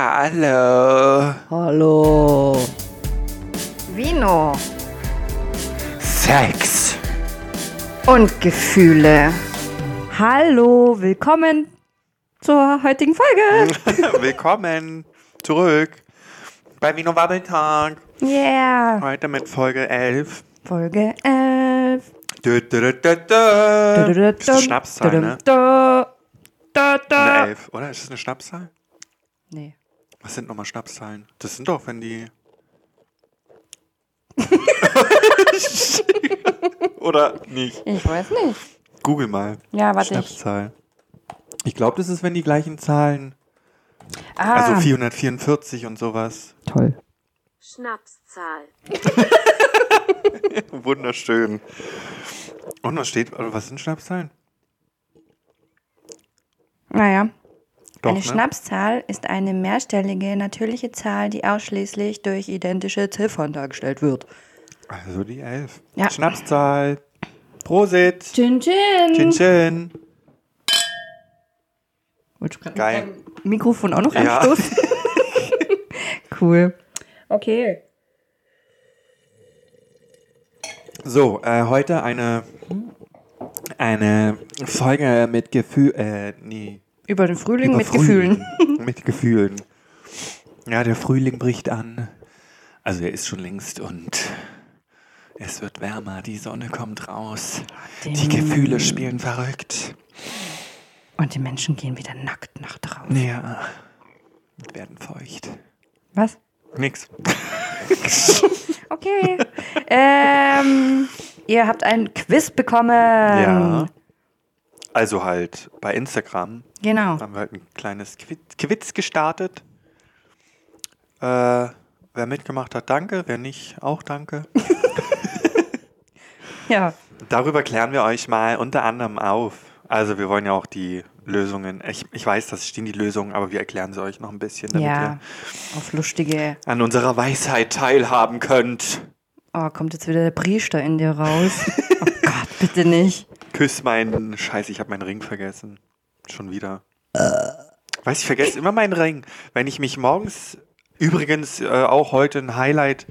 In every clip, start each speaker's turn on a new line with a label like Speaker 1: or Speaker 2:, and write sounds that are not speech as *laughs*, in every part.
Speaker 1: Hallo.
Speaker 2: Hallo.
Speaker 3: Vino
Speaker 1: Sex.
Speaker 3: und Gefühle.
Speaker 2: Hallo, willkommen zur heutigen Folge.
Speaker 1: *laughs* Willkommen zurück bei Vino Wabbeltag.
Speaker 2: Yeah.
Speaker 1: Heute mit Folge 11.
Speaker 2: Folge 11.
Speaker 1: Dö, dö, dö, dö, dö. Das Äh, ist eine Schnapszahl, ne? Eine 11, oder? Ist das eine Schnapszahl?
Speaker 2: Nee.
Speaker 1: Was sind nochmal Schnapszahlen? Das sind doch, wenn *laughs* die... oder nicht.
Speaker 3: Ich weiß nicht.
Speaker 1: Google mal.
Speaker 3: Ja, warte ich.
Speaker 1: Schnapszahl. Ich glaube, das ist, wenn die gleichen Zahlen...
Speaker 2: Ah,
Speaker 1: Also 444 und sowas.
Speaker 2: toll.
Speaker 4: Schnapszahl.
Speaker 1: Wunderschön. Und was steht, also was sind Schnapszahlen?
Speaker 2: Naja,
Speaker 1: Doch,
Speaker 2: eine
Speaker 1: ne?
Speaker 2: Schnapszahl ist eine mehrstellige natürliche Zahl, die ausschließlich durch identische Ziffern dargestellt wird.
Speaker 1: Also die elf.
Speaker 2: Ja.
Speaker 1: Schnapszahl. Prosit.
Speaker 2: Chin Chin.
Speaker 1: Chin chin.
Speaker 2: Wolltest du gerade
Speaker 1: Geil.
Speaker 2: Mikrofon auch noch
Speaker 1: Ja.
Speaker 2: anstoßen? *laughs* cool. Okay.
Speaker 1: So, äh, heute eine, eine Folge mit Gefühl, äh, nee.
Speaker 2: Über den Frühling
Speaker 1: über
Speaker 2: mit
Speaker 1: Frühling. *laughs*
Speaker 2: Gefühlen.
Speaker 1: mit Gefühlen. Ja, der Frühling bricht an. Also er ist schon längst und es wird wärmer, die Sonne kommt raus. Die Gefühle spielen verrückt.
Speaker 2: Und die Menschen gehen wieder nackt nach draußen.
Speaker 1: Ja. Und werden feucht.
Speaker 2: Was?
Speaker 1: Nix.
Speaker 2: Okay. *laughs* ähm, ihr habt ein Quiz bekommen.
Speaker 1: Ja. Also halt bei Instagram
Speaker 2: Genau.
Speaker 1: haben wir halt ein kleines Quiz, Quiz gestartet. Äh, wer mitgemacht hat, danke. Wer nicht, auch danke.
Speaker 2: Ja.
Speaker 1: *laughs* Darüber klären wir euch mal unter anderem auf. Also wir wollen ja auch die Lösungen, ich, ich weiß, das stehen die Lösungen, aber wir erklären sie euch noch ein bisschen, damit
Speaker 2: Ja. Auf lustige.
Speaker 1: ihr an unserer Weisheit teilhaben könnt.
Speaker 2: Oh, kommt jetzt wieder der Priester in dir raus.
Speaker 1: *laughs*
Speaker 2: oh Gott, bitte nicht.
Speaker 1: Küss meinen. Scheiße, ich habe meinen Ring vergessen. Schon wieder. Weiß ich vergesse immer meinen Ring. Wenn ich mich morgens, übrigens äh, auch heute ein Highlight,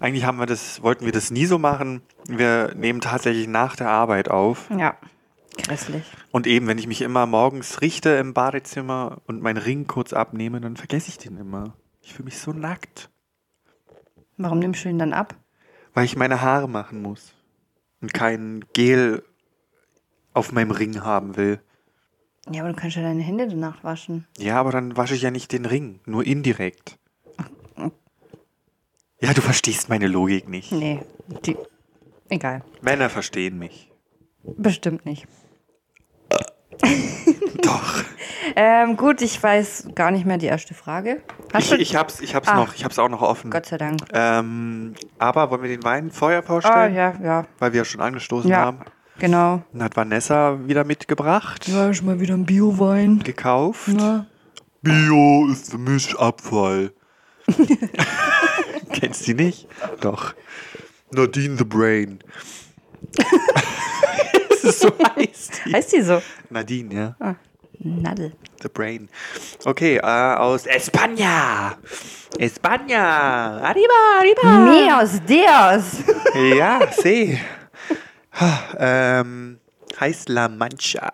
Speaker 1: eigentlich haben wir das, wollten wir das nie so machen. Wir nehmen tatsächlich nach der Arbeit auf.
Speaker 2: Ja. Grässlich.
Speaker 1: Und eben, wenn ich mich immer morgens richte im Badezimmer und meinen Ring kurz abnehme, dann vergesse ich den immer. Ich fühle mich so nackt,
Speaker 2: Warum nimmst du ihn dann ab?
Speaker 1: weil ich meine Haare machen muss und kein Gel auf meinem Ring haben will.
Speaker 2: Ja, aber du kannst ja deine Hände danach waschen.
Speaker 1: Ja, aber dann wasche ich ja nicht den Ring, nur indirekt. Ja, du verstehst meine Logik nicht.
Speaker 2: Nee. Die. Egal.
Speaker 1: Männer verstehen
Speaker 2: *laughs*
Speaker 1: mich.
Speaker 2: Bestimmt nicht.
Speaker 1: Doch.
Speaker 2: Ähm, gut, ich weiß gar nicht mehr die erste Frage. Hast
Speaker 1: Ich,
Speaker 2: du?
Speaker 1: ich hab's, ich hab's
Speaker 2: Ah.
Speaker 1: noch, ich hab's auch noch offen.
Speaker 2: Gott sei Dank.
Speaker 1: Ähm, aber wollen wir den Wein vorher
Speaker 2: Ah,
Speaker 1: vorstellen?
Speaker 2: ja, ja.
Speaker 1: Weil wir ja schon angestoßen
Speaker 2: Ja,
Speaker 1: haben.
Speaker 2: genau.
Speaker 1: Dann hat Vanessa wieder mitgebracht,
Speaker 2: schon mal wieder ein Biowein.
Speaker 1: *laughs* gekauft.
Speaker 2: Ja.
Speaker 1: Bio ist für mich
Speaker 2: *laughs*
Speaker 1: Abfall. Kennst du die nicht? Doch. Nadine the Brain. das ist so heißt die.
Speaker 2: Heißt die so?
Speaker 1: Nadine, ja.
Speaker 2: Nadel.
Speaker 1: The Brain. Okay, äh, aus España. España. Arriba, arriba.
Speaker 2: Meos, Deos.
Speaker 1: Ja, sí. Ha, ähm, heißt La Mancha.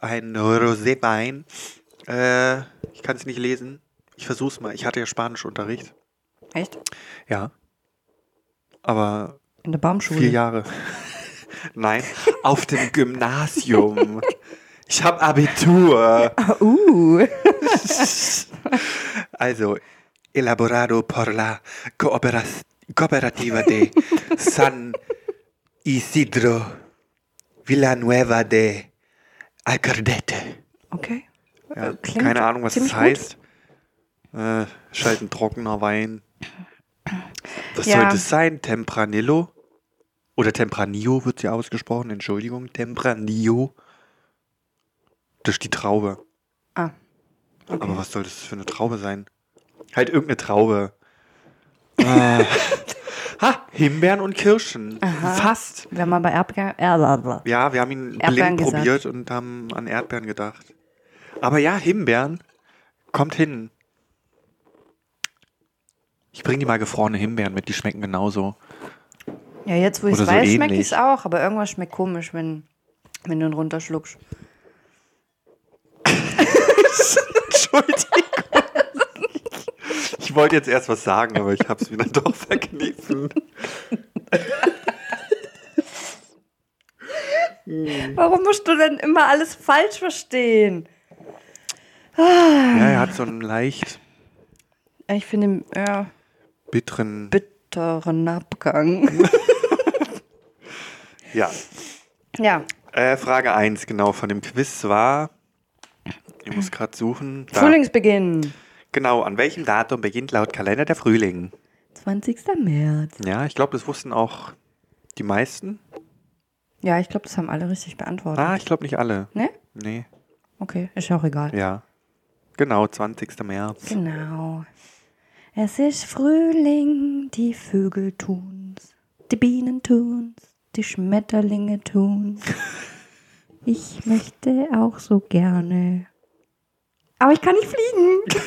Speaker 1: Ein Roséwein. Äh, ich kann es nicht lesen. Ich versuch's mal. Ich hatte ja Spanischunterricht.
Speaker 2: Echt?
Speaker 1: Ja. Aber
Speaker 2: In der Baumschule.
Speaker 1: vier Jahre. *laughs* Nein, auf dem Gymnasium. Ich habe Abitur.
Speaker 2: Uh.
Speaker 1: Also, elaborado por la Cooperas- Cooperativa de San Isidro Villanueva de Alcardete.
Speaker 2: Okay.
Speaker 1: Ja,
Speaker 2: Äh, klingt
Speaker 1: keine Ahnung, was das
Speaker 2: ziemlich
Speaker 1: heißt. Äh, ist halt ein trockener Wein. Was
Speaker 2: Ja.
Speaker 1: soll das sein? Tempranillo? Oder Tempranillo wird ja ausgesprochen, Entschuldigung. Tempranillo. Das ist die Traube.
Speaker 2: Ah.
Speaker 1: Aber was soll das für eine Traube sein? Halt irgendeine
Speaker 2: *laughs*
Speaker 1: Traube. äh. Ha, Himbeeren und Kirschen. Fast.
Speaker 2: Wir haben mal bei Erbgang. Erlaber.
Speaker 1: Ja, wir haben ihn
Speaker 2: Erdbeeren
Speaker 1: blind
Speaker 2: gesagt.
Speaker 1: probiert und haben an Erdbeeren gedacht. Aber ja, Himbeeren kommt hin. Ich bringe dir mal gefrorene Himbeeren mit, die schmecken genauso. *laughs*
Speaker 2: Ja, jetzt wo ich
Speaker 1: Oder
Speaker 2: es
Speaker 1: so
Speaker 2: weiß, schmeckt
Speaker 1: ähnlich.
Speaker 2: es auch, aber irgendwas schmeckt komisch, wenn, wenn du ihn runterschluckst.
Speaker 1: Entschuldigung. Ich wollte jetzt erst was sagen, aber ich habe es mir dann doch verkniffen. Hm.
Speaker 2: Warum musst du denn immer alles falsch verstehen?
Speaker 1: Ja, er hat so einen leicht
Speaker 2: Ich finde den ja,
Speaker 1: bitteren.
Speaker 2: bitteren Abgang.
Speaker 1: Ja.
Speaker 2: ja,
Speaker 1: Äh, Frage 1, genau, von dem Quiz war. Ich muss gerade suchen. Da.
Speaker 2: Frühlingsbeginn.
Speaker 1: Genau, an welchem Datum beginnt laut Kalender der Frühling?
Speaker 2: 20. März.
Speaker 1: Ja, ich glaube, das wussten auch die meisten.
Speaker 2: Ja, ich glaube, das haben alle richtig beantwortet.
Speaker 1: Ah, ich glaube nicht alle.
Speaker 2: Ne?
Speaker 1: Nee.
Speaker 2: Okay, ist ja auch egal.
Speaker 1: Ja. Genau, 20. März.
Speaker 2: Genau. Es ist Frühling, die Vögel tun's, die Bienen tun's, die Schmetterlinge
Speaker 1: *laughs*
Speaker 2: tun's. Ich möchte auch so gerne. Aber ich kann nicht
Speaker 1: *laughs*
Speaker 2: fliegen.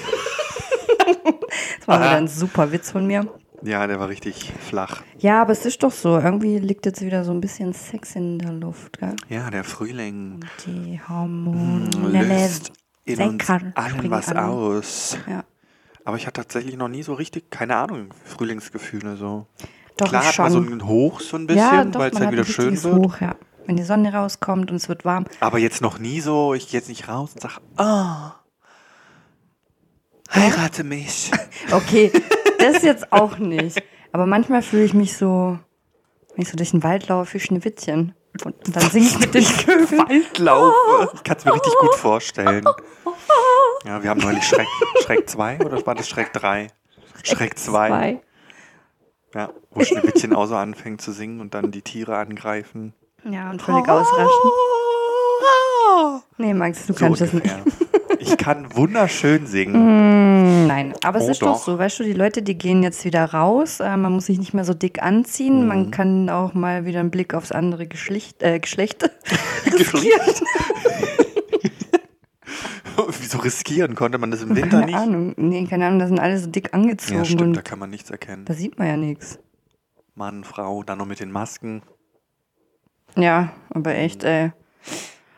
Speaker 2: das war wieder
Speaker 1: Ah.
Speaker 2: ein super Witz von mir.
Speaker 1: Ja, der war richtig flach.
Speaker 2: Ja, aber es ist doch so. Irgendwie liegt jetzt wieder so ein bisschen Sex in der Luft, gell?
Speaker 1: Ja, der Frühling
Speaker 2: Die
Speaker 1: mm,
Speaker 2: Hormone.
Speaker 1: löst in uns
Speaker 2: Senker
Speaker 1: allen
Speaker 2: springen
Speaker 1: was
Speaker 2: an.
Speaker 1: aus.
Speaker 2: Ja.
Speaker 1: Aber ich hatte tatsächlich noch nie so richtig, keine Ahnung, Frühlingsgefühle so.
Speaker 2: Doch,
Speaker 1: Klar
Speaker 2: ich
Speaker 1: hat man so
Speaker 2: schon.
Speaker 1: einen Hoch so ein bisschen,
Speaker 2: doch,
Speaker 1: weil es
Speaker 2: man
Speaker 1: halt
Speaker 2: hat
Speaker 1: wieder
Speaker 2: ein
Speaker 1: schön
Speaker 2: richtiges
Speaker 1: wird.
Speaker 2: Hoch, ja. Wenn die Sonne rauskommt und es wird warm.
Speaker 1: Aber jetzt noch nie so, ich gehe jetzt nicht raus und sage, ah, heirate mich. *laughs*
Speaker 2: Okay, das jetzt auch nicht. Aber manchmal fühle ich mich so, wenn ich so durch den Wald laufe, wie Schneewittchen. Und dann singe ich
Speaker 1: *laughs*
Speaker 2: mit den Vögeln.
Speaker 1: Laufe. Ich kann es mir richtig gut vorstellen. Ja, wir haben neulich Schreck, Schreck 2 oder war das Schreck 3? Schreck 2. Ja, wo Schneewittchen auch so anfängt zu singen und dann die Tiere angreifen.
Speaker 2: Ja, und völlig ausraschen. Nee, Max, du
Speaker 1: So
Speaker 2: kannst das nicht.
Speaker 1: ungefähr. Ich kann wunderschön singen. *laughs*
Speaker 2: Mm, Nein, aber es
Speaker 1: Oh,
Speaker 2: ist doch.
Speaker 1: doch.
Speaker 2: so, weißt du, die Leute, die gehen jetzt wieder raus, äh, man muss sich nicht mehr so dick anziehen,
Speaker 1: Mhm.
Speaker 2: man kann auch mal wieder einen Blick aufs andere Geschlicht, äh, Geschlecht riskieren.
Speaker 1: *laughs* Wieso riskieren konnte man das im Winter
Speaker 2: Keine
Speaker 1: nicht?
Speaker 2: Ahnung, nee, keine Ahnung, da sind alle so dick angezogen
Speaker 1: Ja, stimmt, da
Speaker 2: und
Speaker 1: kann man nichts erkennen.
Speaker 2: da sieht man ja nichts.
Speaker 1: Mann, Frau, dann noch mit den Masken.
Speaker 2: Ja, aber echt, ey.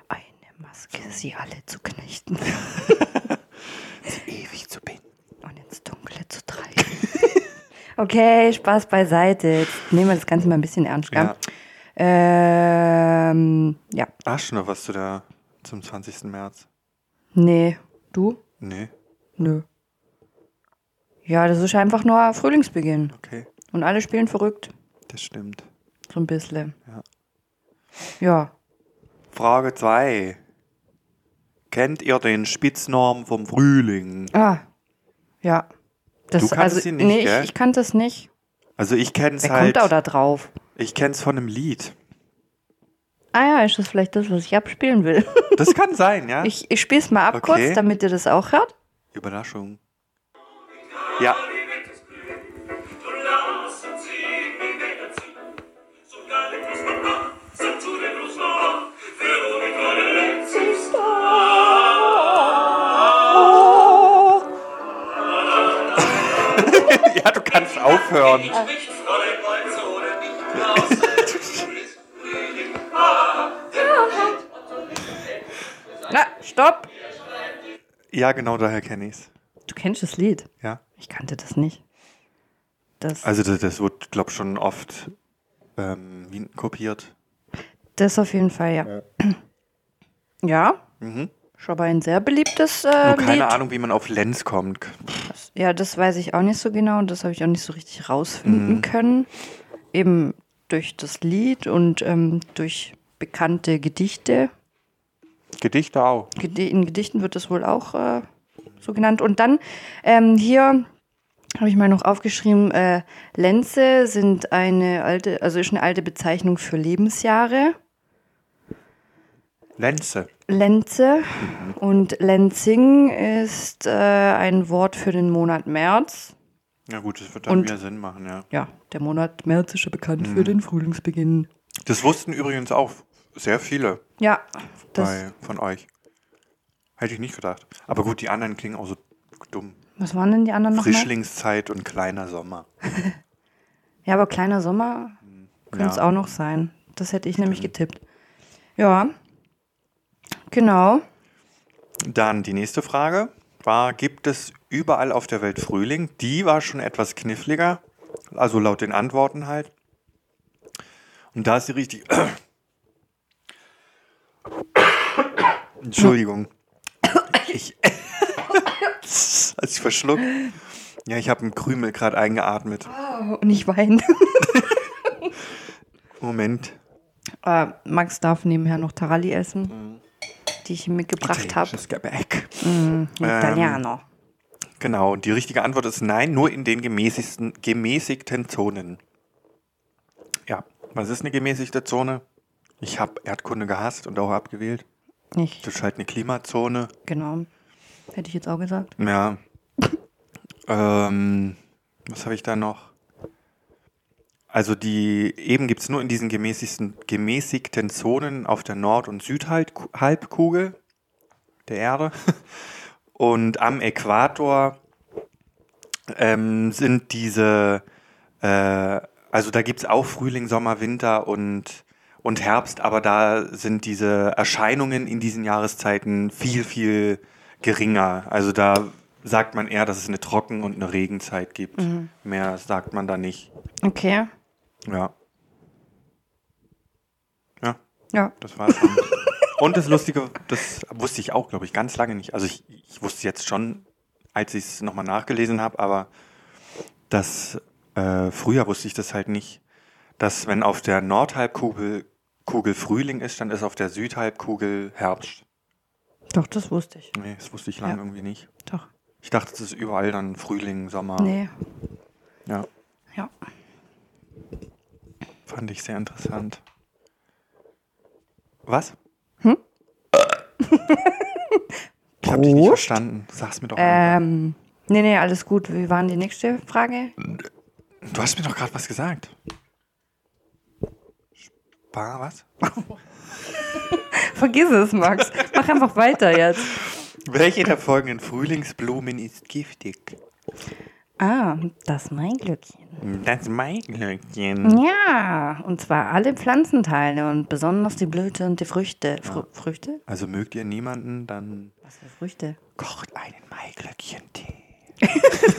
Speaker 2: Eine Maske, sie alle zu knechten
Speaker 1: Ewig zu binden.
Speaker 2: und ins Dunkle zu
Speaker 1: *laughs*
Speaker 2: treiben. okay, Spaß beiseite. Jetzt nehmen wir das Ganze mal ein bisschen ernst, gell?
Speaker 1: Ja.
Speaker 2: Ähm, ja.
Speaker 1: Ach, schon noch was zu der zum 20. März.
Speaker 2: Nee. Du?
Speaker 1: Nee,
Speaker 2: Nö. Ja, das ist einfach nur Frühlingsbeginn.
Speaker 1: okay,
Speaker 2: Und alle spielen verrückt.
Speaker 1: das stimmt.
Speaker 2: So ein bisschen.
Speaker 1: Ja.
Speaker 2: Ja.
Speaker 1: Frage 2. Kennt ihr den Spitznamen vom Frühling?
Speaker 2: Ah. Ja. Das,
Speaker 1: Du kanntest
Speaker 2: also,
Speaker 1: ihn nicht,
Speaker 2: nee,
Speaker 1: gell?
Speaker 2: ich, ich kannte es nicht.
Speaker 1: Also ich kenn's
Speaker 2: Wer
Speaker 1: halt.
Speaker 2: kommt da da drauf?
Speaker 1: ich kenn's von einem Lied.
Speaker 2: Ah ja, ist das vielleicht das, was ich abspielen will?
Speaker 1: Das kann sein, ja?
Speaker 2: *laughs* Ich, ich spiele es mal ab
Speaker 1: Okay.
Speaker 2: kurz, damit ihr das auch hört.
Speaker 1: Überraschung. Ja, ja, du kannst aufhören.
Speaker 2: Na, Ah, stopp!
Speaker 1: Ja, genau daher kenn ich's.
Speaker 2: Du kennst das Lied.
Speaker 1: Ja.
Speaker 2: Ich kannte das nicht. Das,
Speaker 1: Also das, das wurde, glaube ich, schon oft ähm, wie- kopiert.
Speaker 2: das auf jeden Fall, ja. Ja,
Speaker 1: Mhm.
Speaker 2: ist aber ein sehr beliebtes äh,
Speaker 1: Nur keine
Speaker 2: Lied.
Speaker 1: Ahnung, wie man auf Lenz kommt.
Speaker 2: Ja, das weiß ich auch nicht so genau und das habe ich auch nicht so richtig rausfinden
Speaker 1: Mhm.
Speaker 2: können. Eben durch das Lied und ähm, durch bekannte Gedichte.
Speaker 1: Gedichte auch.
Speaker 2: Gedi- in Gedichten wird das wohl auch äh, so genannt. Und dann ähm, hier habe ich mal noch aufgeschrieben, äh, Lenze sind eine alte, also ist eine alte Bezeichnung für Lebensjahre.
Speaker 1: Lenze.
Speaker 2: Lenze und Lenzing ist äh, ein Wort für den Monat März.
Speaker 1: Ja gut, das wird dann
Speaker 2: Und-
Speaker 1: wieder Sinn machen, ja.
Speaker 2: Ja, der Monat März ist ja bekannt für den Frühlingsbeginn.
Speaker 1: Das wussten übrigens auch sehr viele
Speaker 2: Ja, das,
Speaker 1: bei, von euch. Hätte ich nicht gedacht. Aber gut, die anderen klingen auch so dumm.
Speaker 2: Was waren denn die anderen nochmal?
Speaker 1: Frischlingszeit und kleiner Sommer.
Speaker 2: Ja, aber kleiner Sommer könnte es
Speaker 1: Ja.
Speaker 2: auch noch sein. Das hätte ich nämlich getippt. Ja. Genau.
Speaker 1: Dann die nächste Frage war, gibt es überall auf der Welt Frühling? Die war schon etwas kniffliger, also laut den Antworten halt. Und da ist sie richtig. *coughs* Entschuldigung. Ich, *coughs* als ich verschluckt. Ja, ich habe einen Krümel gerade eingeatmet.
Speaker 2: Oh, Und ich weine.
Speaker 1: Moment.
Speaker 2: *laughs* äh, Max darf nebenher noch Taralli essen, die ich ihm mitgebracht habe.
Speaker 1: Just get back.
Speaker 2: Italiano.
Speaker 1: Genau, die richtige Antwort ist nein, nur in den gemäßigsten, gemäßigten Zonen. Ja, was ist eine gemäßigte Zone? Ich habe Erdkunde gehasst und auch abgewählt.
Speaker 2: Nicht.
Speaker 1: Das ist halt eine Klimazone.
Speaker 2: Genau. Hätte ich jetzt auch gesagt.
Speaker 1: Ja. ähm, was habe ich da noch? Also die, eben gibt es nur in diesen gemäßigsten, gemäßigten Zonen auf der Nord- und Südhalbkugel der Erde. *laughs* Und am Äquator ähm, sind diese, äh, also da gibt es auch Frühling, Sommer, Winter und, und Herbst, aber da sind diese Erscheinungen in diesen Jahreszeiten viel, viel geringer. Also da sagt man eher, dass es eine Trocken- und eine Regenzeit gibt. Mehr sagt man da nicht.
Speaker 2: Okay.
Speaker 1: Ja. Ja,
Speaker 2: Ja.
Speaker 1: das war's. schon. und das Lustige, das wusste ich auch, glaube ich, ganz lange nicht. Also ich, ich wusste jetzt schon, als ich es nochmal nachgelesen habe, aber das äh, früher wusste ich das halt nicht, dass wenn auf der Nordhalbkugel Kugel Frühling ist, dann ist auf der Südhalbkugel Herbst.
Speaker 2: Doch, das wusste ich.
Speaker 1: Nee, das wusste ich lange
Speaker 2: Ja.
Speaker 1: irgendwie nicht.
Speaker 2: Doch.
Speaker 1: Ich dachte, es ist überall dann Frühling, Sommer.
Speaker 2: Nee.
Speaker 1: Ja,
Speaker 2: Ja.
Speaker 1: fand ich sehr interessant. Was?
Speaker 2: Hm?
Speaker 1: *laughs* ich hab dich nicht
Speaker 2: Prost.
Speaker 1: verstanden. Sag's mir doch. einfach.
Speaker 2: Ähm, nee, nee, alles gut. Wie war denn die nächste Frage?
Speaker 1: du hast mir doch gerade was gesagt. Spar was? *laughs*
Speaker 2: Vergiss es, Max. Mach einfach weiter jetzt.
Speaker 1: Welche der folgenden Frühlingsblumen ist giftig?
Speaker 2: Ah, das ist mein Glückchen.
Speaker 1: Das Maiglöckchen.
Speaker 2: Ja, und zwar alle Pflanzenteile und besonders die Blüte und die Früchte. Frü Früchte?
Speaker 1: Also mögt ihr niemanden, dann
Speaker 2: Was für *laughs* Früchte?
Speaker 1: kocht einen
Speaker 2: *laughs*
Speaker 1: Maiglöckchen-Tee.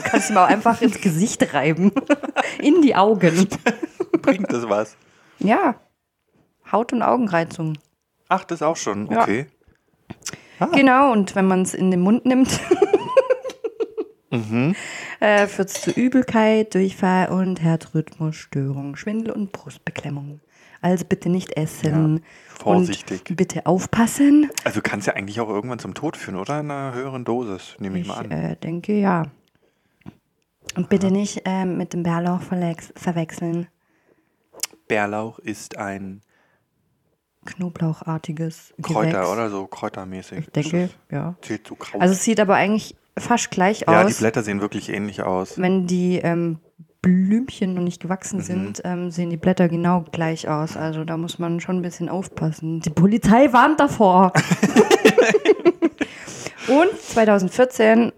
Speaker 2: Kannst du mal einfach ins Gesicht reiben. *laughs* In die Augen.
Speaker 1: Bringt das was?
Speaker 2: Ja. Haut- und Augenreizung.
Speaker 1: Ach, das auch schon.
Speaker 2: Ja.
Speaker 1: Okay. Ah.
Speaker 2: Genau, und wenn man es in den Mund *laughs* nimmt,
Speaker 1: Mhm.
Speaker 2: äh, führt es zu Übelkeit, Durchfall und Herzrhythmusstörung, Schwindel und Brustbeklemmung. Also bitte nicht essen.
Speaker 1: vorsichtig.
Speaker 2: Und bitte aufpassen.
Speaker 1: Also kann es ja eigentlich auch irgendwann zum Tod führen, oder? In einer höheren Dosis, nehme ich,
Speaker 2: Ich
Speaker 1: mal an.
Speaker 2: äh, denke ja. Und bitte nicht ähm, mit dem Bärlauch verlex- verwechseln.
Speaker 1: Bärlauch ist ein
Speaker 2: Knoblauchartiges
Speaker 1: Kräuter,
Speaker 2: Gewächs.
Speaker 1: oder? So kräutermäßig.
Speaker 2: Ich denke, ja.
Speaker 1: Zählt zu Kraut.
Speaker 2: Also es sieht aber eigentlich fast gleich
Speaker 1: ja, die
Speaker 2: aus.
Speaker 1: Blätter sehen wirklich ähnlich aus.
Speaker 2: wenn die ähm, Blümchen noch nicht gewachsen
Speaker 1: Mhm.
Speaker 2: sind, ähm, sehen die Blätter genau gleich aus. Also da muss man schon ein bisschen aufpassen. Die Polizei
Speaker 1: *laughs*
Speaker 2: warnt davor. Und 2014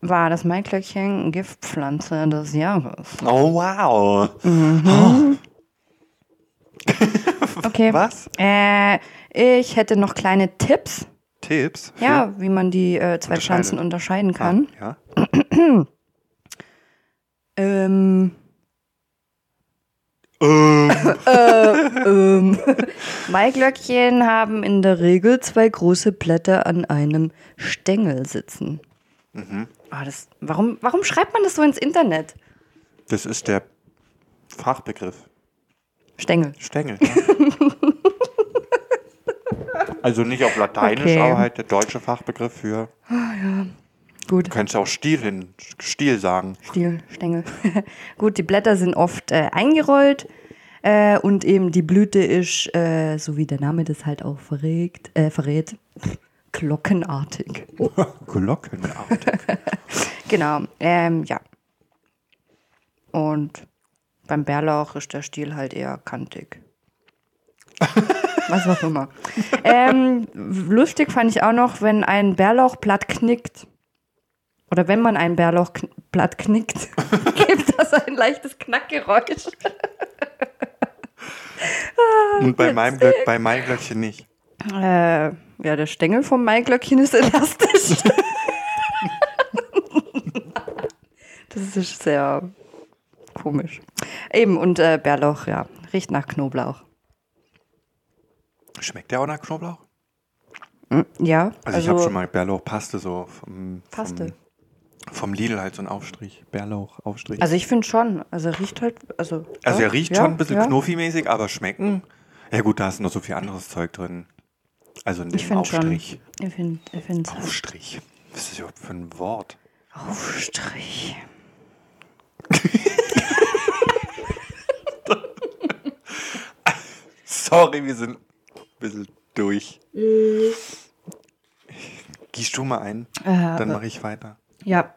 Speaker 2: war das Maiklöckchen Giftpflanze des Jahres.
Speaker 1: Oh, wow.
Speaker 2: Okay.
Speaker 1: Was?
Speaker 2: Äh, ich hätte noch kleine Tipps,
Speaker 1: Tipps? für-
Speaker 2: ja, wie man die äh, zwei Pflanzen unterscheiden
Speaker 1: Ah,
Speaker 2: kann.
Speaker 1: ja.
Speaker 2: Ähm,
Speaker 1: Ähm,
Speaker 2: Ähm, Maiglöckchen haben in der Regel zwei große Blätter an einem Stängel sitzen. Ah, das, warum, warum schreibt man das so ins Internet?
Speaker 1: das ist der Fachbegriff.
Speaker 2: Stängel.
Speaker 1: Stängel.
Speaker 2: *laughs*
Speaker 1: Ja. also nicht auf Lateinisch,
Speaker 2: Okay. Ah,
Speaker 1: aber halt der deutsche Fachbegriff für.
Speaker 2: Gut.
Speaker 1: Du kannst auch Stiel hin, Stiel sagen.
Speaker 2: Stiel, Stängel. *laughs* Gut, die Blätter sind oft äh, eingerollt äh, und eben die Blüte ist, äh, so wie der Name das halt auch verrät, äh, verrät *laughs* glockenartig.
Speaker 1: Glockenart.
Speaker 2: Genau, ähm, ja. Und beim Bärlauch ist der Stiel halt eher kantig. Was auch immer. ähm, lustig fand ich auch noch, wenn ein Bärlauchblatt knickt. Oder wenn man ein Bärlauchblatt knickt, *laughs* gibt das ein leichtes Knackgeräusch.
Speaker 1: Und bei meinem, Glöck, bei meinem Glöckchen nicht.
Speaker 2: Äh, ja, der Stängel vom Maiglöckchen ist elastisch. das ist sehr komisch. Eben, und äh, Bärlauch, ja, riecht nach Knoblauch.
Speaker 1: Schmeckt der auch nach Knoblauch?
Speaker 2: Hm, Ja,
Speaker 1: Also, ich habe schon mal Bärlauchpaste so vom,
Speaker 2: Paste.
Speaker 1: vom, vom Lidl halt so einen Aufstrich, Bärlauchaufstrich. Also,
Speaker 2: Also ich finde schon, also riecht halt, also.
Speaker 1: also
Speaker 2: ja,
Speaker 1: er riecht
Speaker 2: ja,
Speaker 1: schon ein bisschen
Speaker 2: ja.
Speaker 1: knuffi-mäßig, aber schmecken. Ja gut, da ist noch so viel anderes Zeug drin. Also in
Speaker 2: Ich
Speaker 1: dem
Speaker 2: finde schon.
Speaker 1: Aufstrich.
Speaker 2: Ich finde, ich finde es
Speaker 1: Aufstrich. Was ist das überhaupt für ein Wort?
Speaker 2: Aufstrich.
Speaker 1: Sorry, wir sind ein bisschen durch.
Speaker 2: Mhm.
Speaker 1: Gießt du mal ein,
Speaker 2: Äh,
Speaker 1: dann mache ich weiter.
Speaker 2: Ja,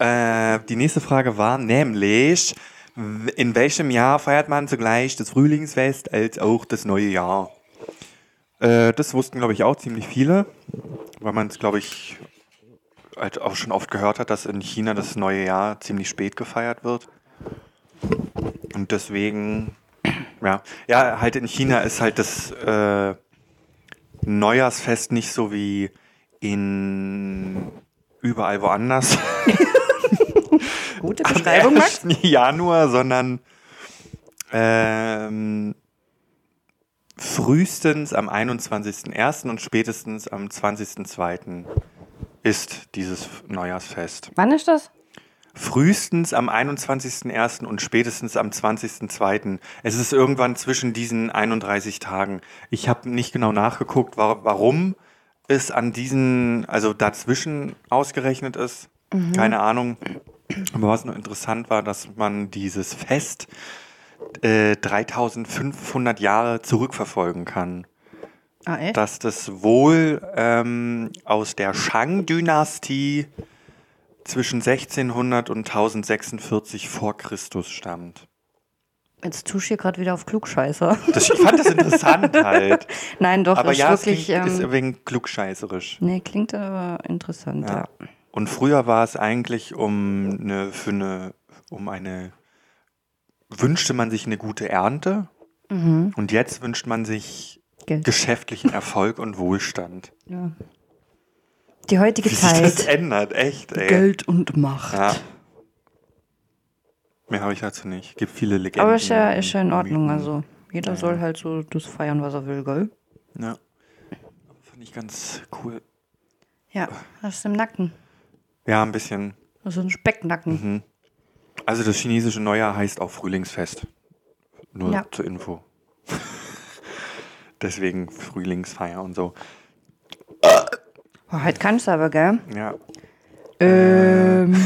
Speaker 1: Äh, die nächste Frage war nämlich, w- in welchem Jahr feiert man zugleich das Frühlingsfest als auch das neue Jahr? Äh, das wussten, glaube ich, auch ziemlich viele, weil man es, glaube ich, halt auch schon oft gehört hat, dass in China das neue Jahr ziemlich spät gefeiert wird. Und deswegen, ja, ja halt in China ist halt das äh, Neujahrsfest nicht so wie in überall woanders.
Speaker 2: gute Beschreibung, Max.
Speaker 1: Am 1. Januar, sondern ähm, frühestens am 21.01. und spätestens am 20.02. ist dieses Neujahrsfest.
Speaker 2: Wann ist das?
Speaker 1: Frühestens am 21.01. und spätestens am 20.02. Es ist irgendwann zwischen diesen 31 Tagen. Ich habe nicht genau nachgeguckt, wa warum es an diesen, also dazwischen ausgerechnet ist. Keine Ahnung. Aber was noch interessant war, dass man dieses Fest äh, 3500 Jahre zurückverfolgen kann
Speaker 2: Ah, echt?
Speaker 1: dass das wohl ähm, aus der Shang-Dynastie zwischen 1600 und 1046 vor Christus stammt.
Speaker 2: Jetzt tust du hier gerade wieder auf Klugscheißer. *laughs*
Speaker 1: Das, ich fand das interessant halt.
Speaker 2: Nein, doch,
Speaker 1: Aber
Speaker 2: ist
Speaker 1: ja,
Speaker 2: wirklich.
Speaker 1: es klingt, ist
Speaker 2: ähm,
Speaker 1: ein wenig klugscheißerisch.
Speaker 2: nee, klingt aber interessant, ja.
Speaker 1: Ja. Und früher war es eigentlich um eine, für eine, um eine, wünschte man sich eine gute Ernte
Speaker 2: Mhm.
Speaker 1: und jetzt wünscht man sich
Speaker 2: Geld.
Speaker 1: geschäftlichen Erfolg und Wohlstand.
Speaker 2: ja. Die heutige
Speaker 1: Wie sich das
Speaker 2: Zeit.
Speaker 1: ändert, echt, ey.
Speaker 2: Geld und Macht.
Speaker 1: Ja. Mehr habe ich dazu nicht. Gibt viele Legenden.
Speaker 2: aber ist ja, ist ja in
Speaker 1: und
Speaker 2: Ordnung.
Speaker 1: Mythen.
Speaker 2: Also, jeder soll halt so das feiern, was er will, gell?
Speaker 1: Ja. Fand ich ganz cool.
Speaker 2: Ja, das ist im Nacken.
Speaker 1: Ja, ein bisschen.
Speaker 2: Das ist ein Specknacken.
Speaker 1: Mhm. Also das chinesische Neujahr heißt auch Frühlingsfest. Nur
Speaker 2: Ja.
Speaker 1: zur Info. *laughs* Deswegen Frühlingsfeier und so.
Speaker 2: Oh, halt kannst du aber, gell?
Speaker 1: Ja.
Speaker 2: Ähm.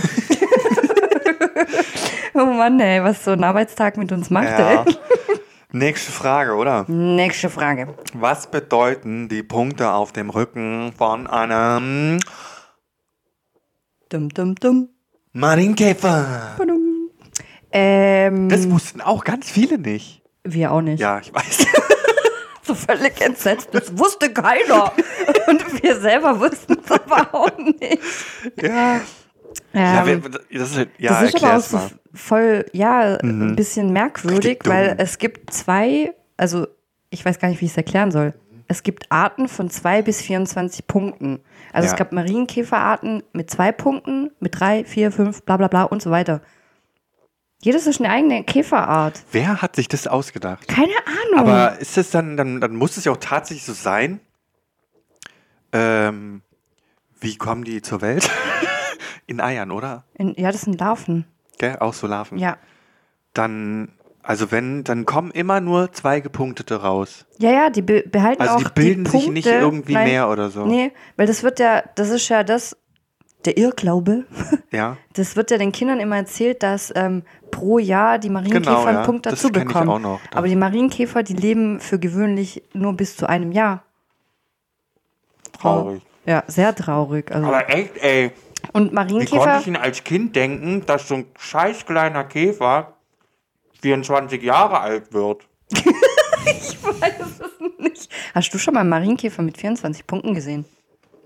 Speaker 2: oh Mann, ey, was so ein Arbeitstag mit uns macht,
Speaker 1: ja.
Speaker 2: ey.
Speaker 1: *laughs* Nächste Frage, oder?
Speaker 2: Nächste Frage.
Speaker 1: Was bedeuten die Punkte auf dem Rücken von einem
Speaker 2: Dum, dum, dum.
Speaker 1: Marienkäfer?
Speaker 2: Ähm,
Speaker 1: Das wussten auch ganz viele nicht.
Speaker 2: wir auch nicht.
Speaker 1: Ja, ich weiß. *laughs*
Speaker 2: So völlig entsetzt. Das
Speaker 1: *laughs*
Speaker 2: wusste keiner. Und wir selber wussten es aber auch nicht.
Speaker 1: ja. Ja,
Speaker 2: Ähm,
Speaker 1: wer- das ist, halt, ja
Speaker 2: das ist aber auch
Speaker 1: erklär's
Speaker 2: so
Speaker 1: mal.
Speaker 2: voll, ja, ein
Speaker 1: Mhm.
Speaker 2: bisschen merkwürdig,
Speaker 1: Richtig dumm.
Speaker 2: weil es gibt zwei, also ich weiß gar nicht, wie ich es erklären soll. Es gibt Arten von zwei bis 24 Punkten. Also
Speaker 1: Ja.
Speaker 2: es gab Marienkäferarten mit zwei Punkten, mit drei, vier, fünf, bla bla bla und so weiter. Jedes ist eine eigene Käferart.
Speaker 1: Wer hat sich das ausgedacht?
Speaker 2: Keine Ahnung.
Speaker 1: Aber ist es dann, dann, dann muss es ja auch tatsächlich so sein. Ähm, wie kommen die zur Welt? *laughs* In Eiern, oder?
Speaker 2: In, ja, das sind Larven.
Speaker 1: Gell? Auch so Larven.
Speaker 2: Ja.
Speaker 1: Dann, also wenn, dann kommen immer nur zwei gepunktete raus.
Speaker 2: Ja, ja, die be behalten
Speaker 1: Also
Speaker 2: auch
Speaker 1: die bilden sich nicht
Speaker 2: Punkte.
Speaker 1: irgendwie
Speaker 2: Nein,
Speaker 1: mehr oder so.
Speaker 2: Nee, weil das wird ja, das ist ja das, der Irrglaube,
Speaker 1: Ja.
Speaker 2: das wird ja den Kindern immer erzählt, dass ähm, pro Jahr die Marienkäfer
Speaker 1: Genau, ja.
Speaker 2: einen Punkt
Speaker 1: Das
Speaker 2: dazu
Speaker 1: kenn ich
Speaker 2: bekommen.
Speaker 1: auch noch.
Speaker 2: Aber die Marienkäfer, die leben für gewöhnlich nur bis zu einem Jahr.
Speaker 1: Traurig.
Speaker 2: Ja, sehr traurig. Also.
Speaker 1: Aber echt, ey.
Speaker 2: Und
Speaker 1: Wie konnte
Speaker 2: Marienkäfer,
Speaker 1: ich denn als Kind denken, dass so ein scheiß kleiner Käfer 24 Jahre alt wird?
Speaker 2: weiß es nicht. Hast du schon mal einen Marienkäfer mit 24 Punkten gesehen?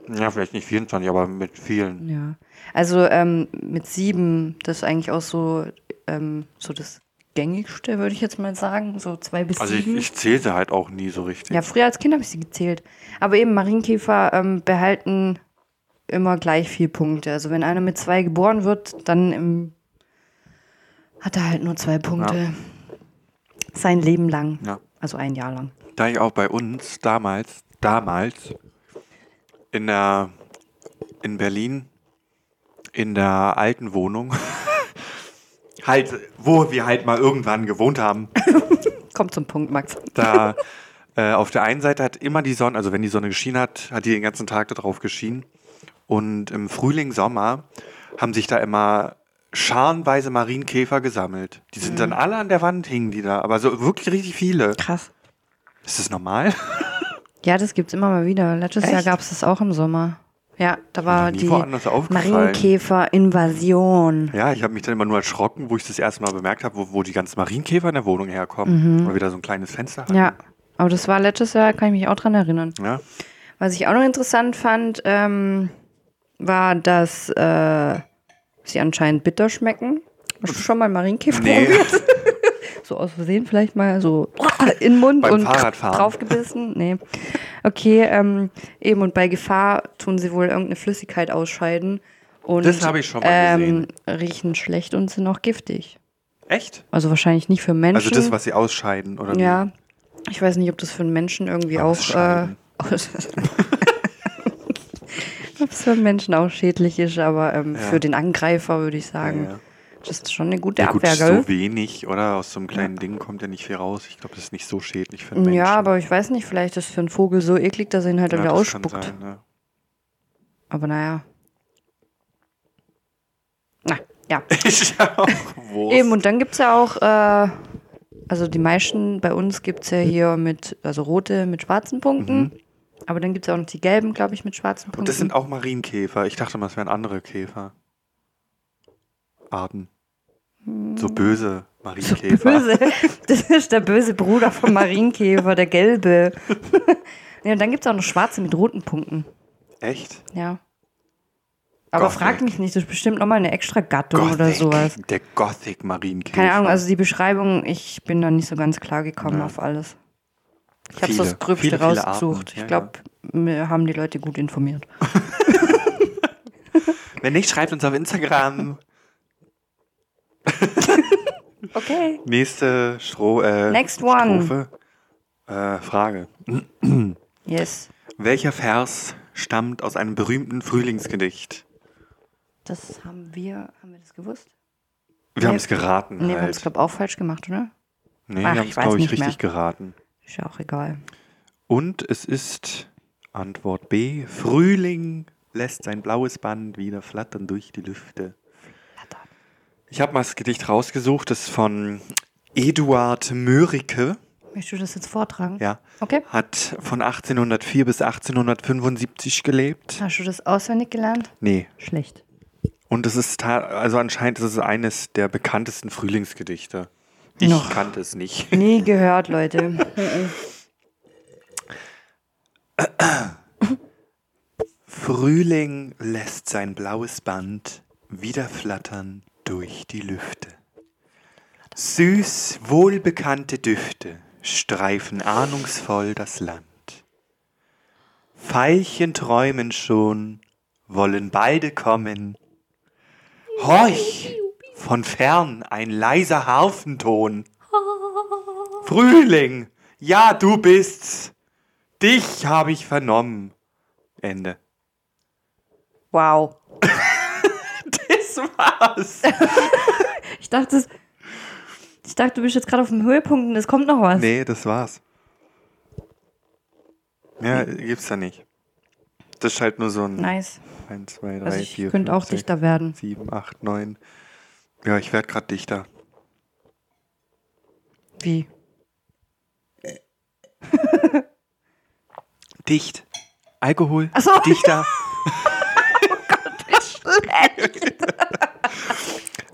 Speaker 1: Ja, vielleicht nicht 24, aber mit vielen.
Speaker 2: Ja. Also ähm, mit sieben, das ist eigentlich auch so, ähm, so das gängigste, würde ich jetzt mal sagen. So zwei bis
Speaker 1: Also ich,
Speaker 2: sieben.
Speaker 1: ich zähle sie halt auch nie so richtig.
Speaker 2: ja, früher als Kind habe ich sie gezählt. Aber eben Marienkäfer ähm, behalten immer gleich viel Punkte. Also wenn einer mit zwei geboren wird, dann im, hat er halt nur zwei Punkte. Sein Leben lang.
Speaker 1: Ja.
Speaker 2: Also ein Jahr lang.
Speaker 1: Da ich auch bei uns damals, damals in der in Berlin in der alten Wohnung *laughs* halt, wo wir halt mal irgendwann gewohnt haben,
Speaker 2: Kommt zum Punkt, Max.
Speaker 1: da äh, auf der einen Seite hat immer die Sonne, also wenn die Sonne geschienen hat, hat die den ganzen Tag darauf geschienen. Und im Frühling, Sommer haben sich da immer scharenweise Marienkäfer gesammelt. Die sind dann alle an der Wand hingen die da, aber so wirklich richtig viele.
Speaker 2: Mhm. Krass.
Speaker 1: Ist das normal? *laughs*
Speaker 2: Ja, das gibt's immer mal wieder. Letztes Jahr gab es das auch im Sommer. Ja, da war
Speaker 1: noch nie
Speaker 2: die
Speaker 1: woanders aufgefallen.
Speaker 2: Marienkäfer-Invasion.
Speaker 1: Ja, ich habe mich dann immer nur erschrocken, wo ich das erste Mal bemerkt habe, wo, wo die ganzen Marienkäfer in der Wohnung herkommen. Weil wir da so ein kleines Fenster hatten.
Speaker 2: Mhm. Ja, aber das war letztes Jahr, kann ich mich auch dran erinnern.
Speaker 1: Ja?
Speaker 2: Was ich auch noch interessant fand, ähm, war, dass äh, sie anscheinend bitter schmecken. Hast du schon mal Marienkäfer *laughs*
Speaker 1: Nee.
Speaker 2: probiert? So aus Versehen vielleicht
Speaker 1: *laughs*
Speaker 2: mal so in den Mund
Speaker 1: Beim
Speaker 2: und
Speaker 1: Fahrradfahren.
Speaker 2: draufgebissen? Nee. Okay, ähm, eben und bei Gefahr tun sie wohl irgendeine Flüssigkeit ausscheiden. Und,
Speaker 1: Das habe ich schon mal
Speaker 2: ähm, Riechen schlecht und sind auch giftig.
Speaker 1: Echt?
Speaker 2: Also wahrscheinlich nicht für Menschen.
Speaker 1: Also das, was sie ausscheiden, oder? wie?
Speaker 2: Ja, ich weiß nicht, ob das für einen Menschen irgendwie auch. Äh, *laughs*
Speaker 1: Ausscheiden.
Speaker 2: ob es für einen Menschen auch schädlich ist, aber ähm,
Speaker 1: Ja.
Speaker 2: für den Angreifer würde ich sagen,
Speaker 1: Ja, ja.
Speaker 2: das ist schon eine gute
Speaker 1: Ja, gut,
Speaker 2: Abwehr, gell?
Speaker 1: so wenig, oder? Aus so einem kleinen Ding kommt ja nicht viel raus. Ich glaube, das ist nicht so schädlich für den Menschen.
Speaker 2: ja, aber ich weiß nicht, vielleicht ist für einen Vogel so eklig, dass er ihn halt
Speaker 1: Ja,
Speaker 2: wieder
Speaker 1: das kann
Speaker 2: ausspuckt.
Speaker 1: sein, ne? *laughs*
Speaker 2: Aber naja. Na, ja.
Speaker 1: Ich auch.
Speaker 2: *laughs*
Speaker 1: Wurst.
Speaker 2: Eben, und dann gibt es ja auch, äh, also die meisten bei uns gibt es ja hier mit, also rote mit schwarzen Punkten. Aber dann gibt es auch noch die gelben, glaube ich, mit schwarzen Punkten.
Speaker 1: Mhm. Und das sind auch Marienkäfer. Ich dachte mal, es wären andere Käfer. Arten. So böse Marienkäfer.
Speaker 2: Hm. Böse. *laughs* Das ist der böse Bruder vom Marienkäfer, der gelbe. *laughs* ja, und dann gibt es auch noch schwarze mit roten Punkten.
Speaker 1: Echt?
Speaker 2: Ja. Aber
Speaker 1: Gott,
Speaker 2: frag
Speaker 1: ey.
Speaker 2: mich nicht, das ist bestimmt nochmal eine extra Gattung oder sowas.
Speaker 1: Der Gothic Marienkäfer.
Speaker 2: Keine Ahnung, also die Beschreibung, ich bin da nicht so ganz klar gekommen
Speaker 1: Ja.
Speaker 2: auf alles. Ich habe so
Speaker 1: Viele,
Speaker 2: das Gröbste
Speaker 1: viele, viele Arten.
Speaker 2: rausgesucht.
Speaker 1: Ja,
Speaker 2: ich glaube, mir haben die Leute gut informiert.
Speaker 1: Wenn nicht, schreibt uns auf
Speaker 2: *laughs*
Speaker 1: Instagram.
Speaker 2: Okay.
Speaker 1: Nächste Stro äh,
Speaker 2: Next one.
Speaker 1: Strophe. Äh, Frage.
Speaker 2: Yes.
Speaker 1: Welcher Vers stammt aus einem berühmten Frühlingsgedicht?
Speaker 2: Das haben wir, haben wir das gewusst?
Speaker 1: Wir haben es geraten.
Speaker 2: Nee, wir haben
Speaker 1: halt.
Speaker 2: es, glaube ich, auch falsch gemacht, oder?
Speaker 1: nee,
Speaker 2: Ach,
Speaker 1: wir haben
Speaker 2: ich
Speaker 1: es,
Speaker 2: weiß
Speaker 1: glaube ich,
Speaker 2: nicht mehr.
Speaker 1: richtig geraten.
Speaker 2: Ist ja auch egal.
Speaker 1: Und es ist Antwort B. Frühling lässt sein blaues Band wieder flattern durch die Lüfte. Ich habe mal das Gedicht rausgesucht, das ist von Eduard Mörike.
Speaker 2: Möchtest du das jetzt vortragen?
Speaker 1: Ja.
Speaker 2: Okay.
Speaker 1: Hat von 1804 bis 1875 gelebt.
Speaker 2: Hast du das auswendig gelernt?
Speaker 1: Nee.
Speaker 2: Schlecht.
Speaker 1: Und es ist, ta- also anscheinend ist es eines der bekanntesten Frühlingsgedichte. Ich
Speaker 2: Noch.
Speaker 1: kannte es nicht.
Speaker 2: Nie gehört, Leute.
Speaker 1: Frühling lässt sein blaues Band wieder flattern durch die Lüfte. Süß wohlbekannte Düfte streifen ahnungsvoll das Land. Veilchen träumen schon, wollen beide kommen. Horch, von fern ein leiser Harfenton. Frühling, ja du bist's, dich habe ich vernommen. Ende.
Speaker 2: Wow.
Speaker 1: Das war's.
Speaker 2: Ich dachte, es- ich dachte, du bist jetzt gerade auf dem Höhepunkt und es kommt noch was.
Speaker 1: Nee, das war's. Ja, gibt's da nicht. Das ist halt nur so ein
Speaker 2: Nice.
Speaker 1: 1, 2, 3,
Speaker 2: Also ich
Speaker 1: 4,
Speaker 2: könnte
Speaker 1: 5,
Speaker 2: auch dichter werden.
Speaker 1: 7, 8, 9. Ja, ich werd grad dichter.
Speaker 2: Wie?
Speaker 1: Dicht. Alkohol.
Speaker 2: Ach so. *laughs*
Speaker 1: Dichter.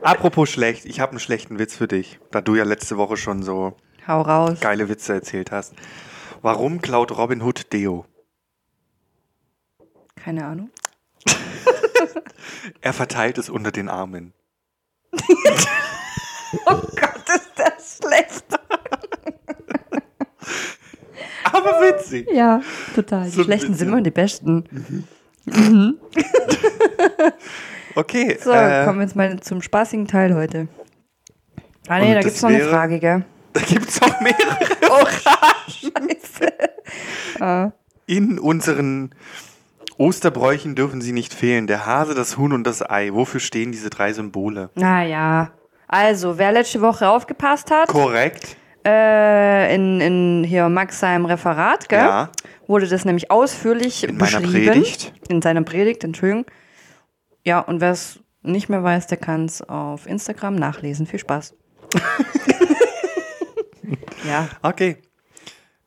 Speaker 1: Apropos schlecht, ich habe einen schlechten Witz für dich, da du ja letzte Woche schon so
Speaker 2: Hau raus.
Speaker 1: geile Witze erzählt hast. Warum klaut Robin Hood Deo?
Speaker 2: Keine Ahnung.
Speaker 1: Er verteilt es unter den Armen.
Speaker 2: Oh Gott, ist das schlecht.
Speaker 1: Aber witzig.
Speaker 2: Ja, total. Die
Speaker 1: So ein
Speaker 2: schlechten sind
Speaker 1: bisschen.
Speaker 2: immer die besten.
Speaker 1: Okay.
Speaker 2: So,
Speaker 1: äh,
Speaker 2: kommen wir jetzt mal zum spaßigen Teil heute. Ah nee,
Speaker 1: Und
Speaker 2: da
Speaker 1: das
Speaker 2: gibt's noch eine
Speaker 1: wäre-
Speaker 2: Frage, gell?
Speaker 1: Da gibt es auch mehrere.
Speaker 2: Scheiße.
Speaker 1: In unseren Osterbräuchen dürfen sie nicht fehlen. Der Hase, das Huhn und das Ei. Wofür stehen diese drei Symbole?
Speaker 2: Naja. Also, wer letzte Woche aufgepasst hat,
Speaker 1: Korrekt.
Speaker 2: äh, in, in hier Max seinem Referat, gell?
Speaker 1: Ja.
Speaker 2: Wurde das nämlich ausführlich
Speaker 1: In meiner
Speaker 2: beschrieben.
Speaker 1: Predigt.
Speaker 2: In seiner Predigt, Entschuldigung. Ja, und wer es nicht mehr weiß, der kann es auf Instagram nachlesen.
Speaker 1: *laughs*
Speaker 2: Viel Spaß. ja.
Speaker 1: Okay.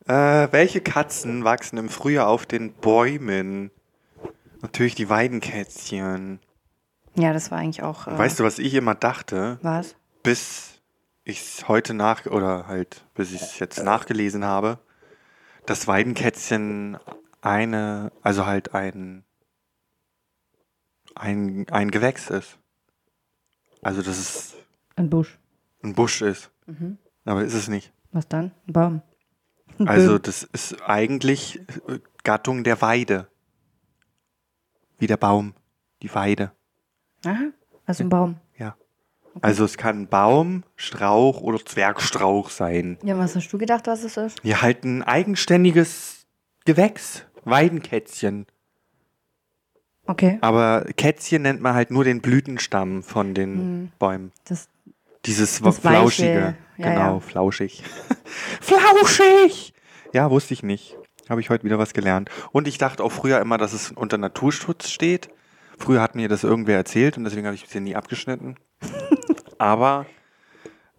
Speaker 1: Äh, welche Katzen wachsen im Frühjahr auf den Bäumen? Natürlich die Weidenkätzchen.
Speaker 2: ja, das war eigentlich auch. Äh,
Speaker 1: Weißt du, was ich immer dachte,
Speaker 2: was?
Speaker 1: bis ich es heute nach oder halt bis ich es jetzt nachgelesen habe, dass Weidenkätzchen eine, also halt ein ein, ein Gewächs ist. Also dass es
Speaker 2: Ein Busch.
Speaker 1: ein Busch ist. Aber ist es nicht.
Speaker 2: Was dann? Ein Baum. Ein
Speaker 1: Also
Speaker 2: Böhm.
Speaker 1: das ist eigentlich äh, Gattung der Weide. Wie der Baum, die Weide.
Speaker 2: Aha, also ein Baum.
Speaker 1: Ja. Also es kann Baum, Strauch oder Zwergstrauch sein.
Speaker 2: Ja, was hast du gedacht, was es ist?
Speaker 1: Wir halten eigenständiges Gewächs, Weidenkätzchen.
Speaker 2: Okay.
Speaker 1: Aber Kätzchen nennt man halt nur den Blütenstamm von den Bäumen.
Speaker 2: Das,
Speaker 1: Dieses
Speaker 2: Das Weiche,
Speaker 1: flauschige.
Speaker 2: ja,
Speaker 1: genau,
Speaker 2: ja. *laughs*
Speaker 1: flauschig. flauschig! Ja, wusste ich nicht. Habe ich heute wieder was gelernt. Und ich dachte auch früher immer, dass es unter Naturschutz steht. Früher hat mir das irgendwer erzählt und deswegen habe ich sie nie
Speaker 2: *laughs*
Speaker 1: abgeschnitten. Aber,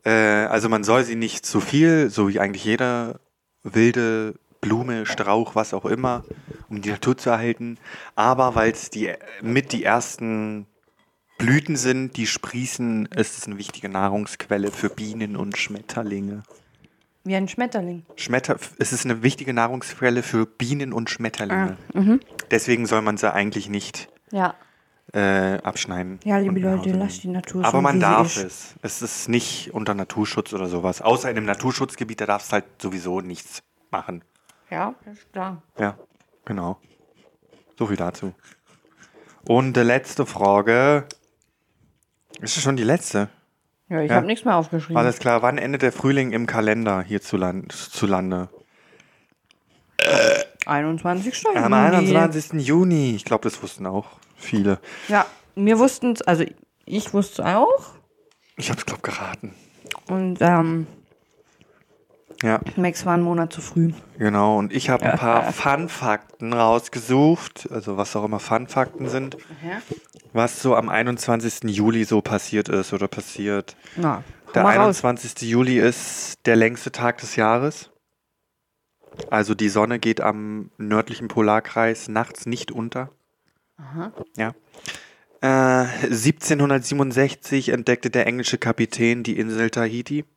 Speaker 1: äh, also man soll sie nicht zu viel, so wie eigentlich jeder wilde Blume, Strauch, was auch immer, um die Natur zu erhalten. Aber weil es die, mit die ersten Blüten sind, die sprießen, ist es eine wichtige Nahrungsquelle für Bienen und Schmetterlinge.
Speaker 2: wie ein Schmetterling.
Speaker 1: Schmetter es ist eine wichtige Nahrungsquelle für Bienen und Schmetterlinge.
Speaker 2: Ah, mhm.
Speaker 1: Deswegen soll man sie eigentlich nicht
Speaker 2: Ja.
Speaker 1: äh, abschneiden.
Speaker 2: Ja, liebe
Speaker 1: und nach
Speaker 2: Leute,
Speaker 1: Hause
Speaker 2: lasst die
Speaker 1: nehmen.
Speaker 2: Natur
Speaker 1: Aber
Speaker 2: so, wie
Speaker 1: man
Speaker 2: sie
Speaker 1: darf
Speaker 2: ist.
Speaker 1: es. Es ist nicht unter Naturschutz oder sowas. Außer in einem Naturschutzgebiet, da darfst du halt sowieso nichts machen.
Speaker 2: Ja, ist klar.
Speaker 1: Ja, genau. So viel dazu. Und die letzte Frage. Ist das schon die letzte?
Speaker 2: Ja, ich
Speaker 1: Ja.
Speaker 2: hab habe nichts mehr aufgeschrieben.
Speaker 1: Alles klar, wann endet der Frühling im Kalender hierzulande? zulande?
Speaker 2: 21 Stunden.
Speaker 1: Am 21. Juni. Mhm. Ich glaube, das wussten auch viele.
Speaker 2: Ja, wir wussten es, also ich wusste es auch.
Speaker 1: Ich habe es, glaube geraten.
Speaker 2: Und ähm,
Speaker 1: Ja,
Speaker 2: Max war einen Monat zu früh.
Speaker 1: genau. Und ich habe ein *laughs* paar Fun-Fakten rausgesucht, also was auch immer Fun-Fakten sind, was so am 21. Juli so passiert ist oder passiert.
Speaker 2: Na, komm
Speaker 1: Der
Speaker 2: mal raus.
Speaker 1: 21. Juli ist der längste Tag des Jahres. Also die Sonne geht am nördlichen Polarkreis nachts nicht unter. Ja. Äh, 1767 entdeckte der englische Kapitän die Insel Tahiti.
Speaker 2: *laughs*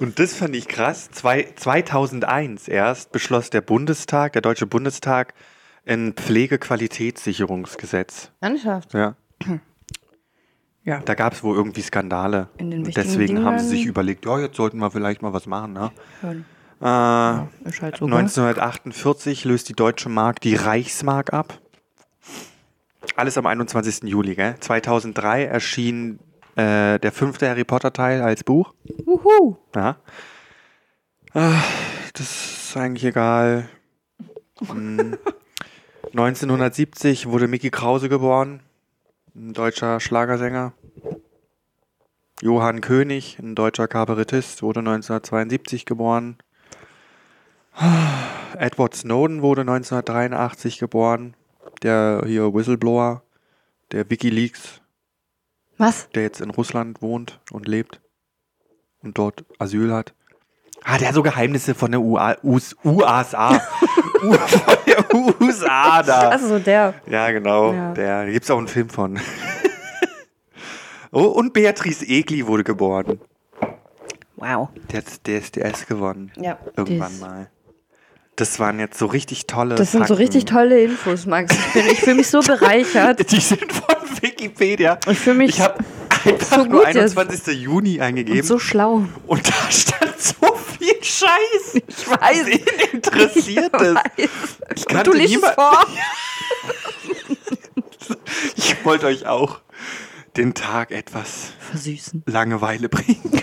Speaker 1: Und das fand ich krass. Zwei, 2001 erst beschloss der Bundestag, der Deutsche Bundestag, ein Pflegequalitätssicherungsgesetz.
Speaker 2: Ernsthaft?
Speaker 1: Ja.
Speaker 2: Ja.
Speaker 1: Da gab es wohl irgendwie Skandale.
Speaker 2: In den
Speaker 1: Und
Speaker 2: wichtigen
Speaker 1: Deswegen haben sie
Speaker 2: Dingen-
Speaker 1: sich überlegt, ja, jetzt sollten wir vielleicht mal was machen. Ne?
Speaker 2: Hören.
Speaker 1: Äh,
Speaker 2: Ist halt so. gell?
Speaker 1: 1948 löst die Deutsche Mark die Reichsmark ab. Alles am 21. Juli, gell? 2003 erschien äh, der fünfte Harry Potter-Teil als Buch.
Speaker 2: Uhu.
Speaker 1: Ja. Ah, das ist eigentlich egal. Hm.
Speaker 2: *laughs*
Speaker 1: 1970 wurde Mickey Krause geboren, ein deutscher Schlagersänger. Johann König, ein deutscher Kabarettist, wurde 1972 geboren. Ah, Edward Snowden wurde 1983 geboren, der hier Whistleblower, der Wikileaks,
Speaker 2: Was?
Speaker 1: der jetzt in Russland wohnt und lebt und dort Asyl hat. Ah, der hat so Geheimnisse von der UA, US,
Speaker 2: *laughs*
Speaker 1: USA. U- von der USA da.
Speaker 2: Also so der.
Speaker 1: ja, genau.
Speaker 2: Ja.
Speaker 1: Der da gibt's auch einen Film von. oh, und Beatrice Egli wurde geboren.
Speaker 2: Wow.
Speaker 1: Der hat DSDS gewonnen.
Speaker 2: Ja.
Speaker 1: Irgendwann
Speaker 2: das-
Speaker 1: mal. Das waren jetzt so richtig tolle.
Speaker 2: Das sind so
Speaker 1: Fakten.
Speaker 2: richtig tolle Infos, Max. Ich, bin- ich fühle mich so
Speaker 1: *laughs*
Speaker 2: bereichert.
Speaker 1: Die sind von Wikipedia.
Speaker 2: Ich fühle mich
Speaker 1: Ich habe einfach
Speaker 2: so
Speaker 1: nur
Speaker 2: gut jetzt.
Speaker 1: 21. Juni eingegeben
Speaker 2: so schlau.
Speaker 1: und da stand so viel Scheiß. Ich
Speaker 2: weiß.
Speaker 1: Wen interessiert
Speaker 2: Ich
Speaker 1: es?
Speaker 2: weiß.
Speaker 1: Ich
Speaker 2: Du
Speaker 1: kannte
Speaker 2: liest es
Speaker 1: niemand- *laughs*
Speaker 2: vor.
Speaker 1: Ich wollte euch auch den Tag etwas
Speaker 2: Versüßen.
Speaker 1: Langeweile
Speaker 2: *laughs*
Speaker 1: bringen.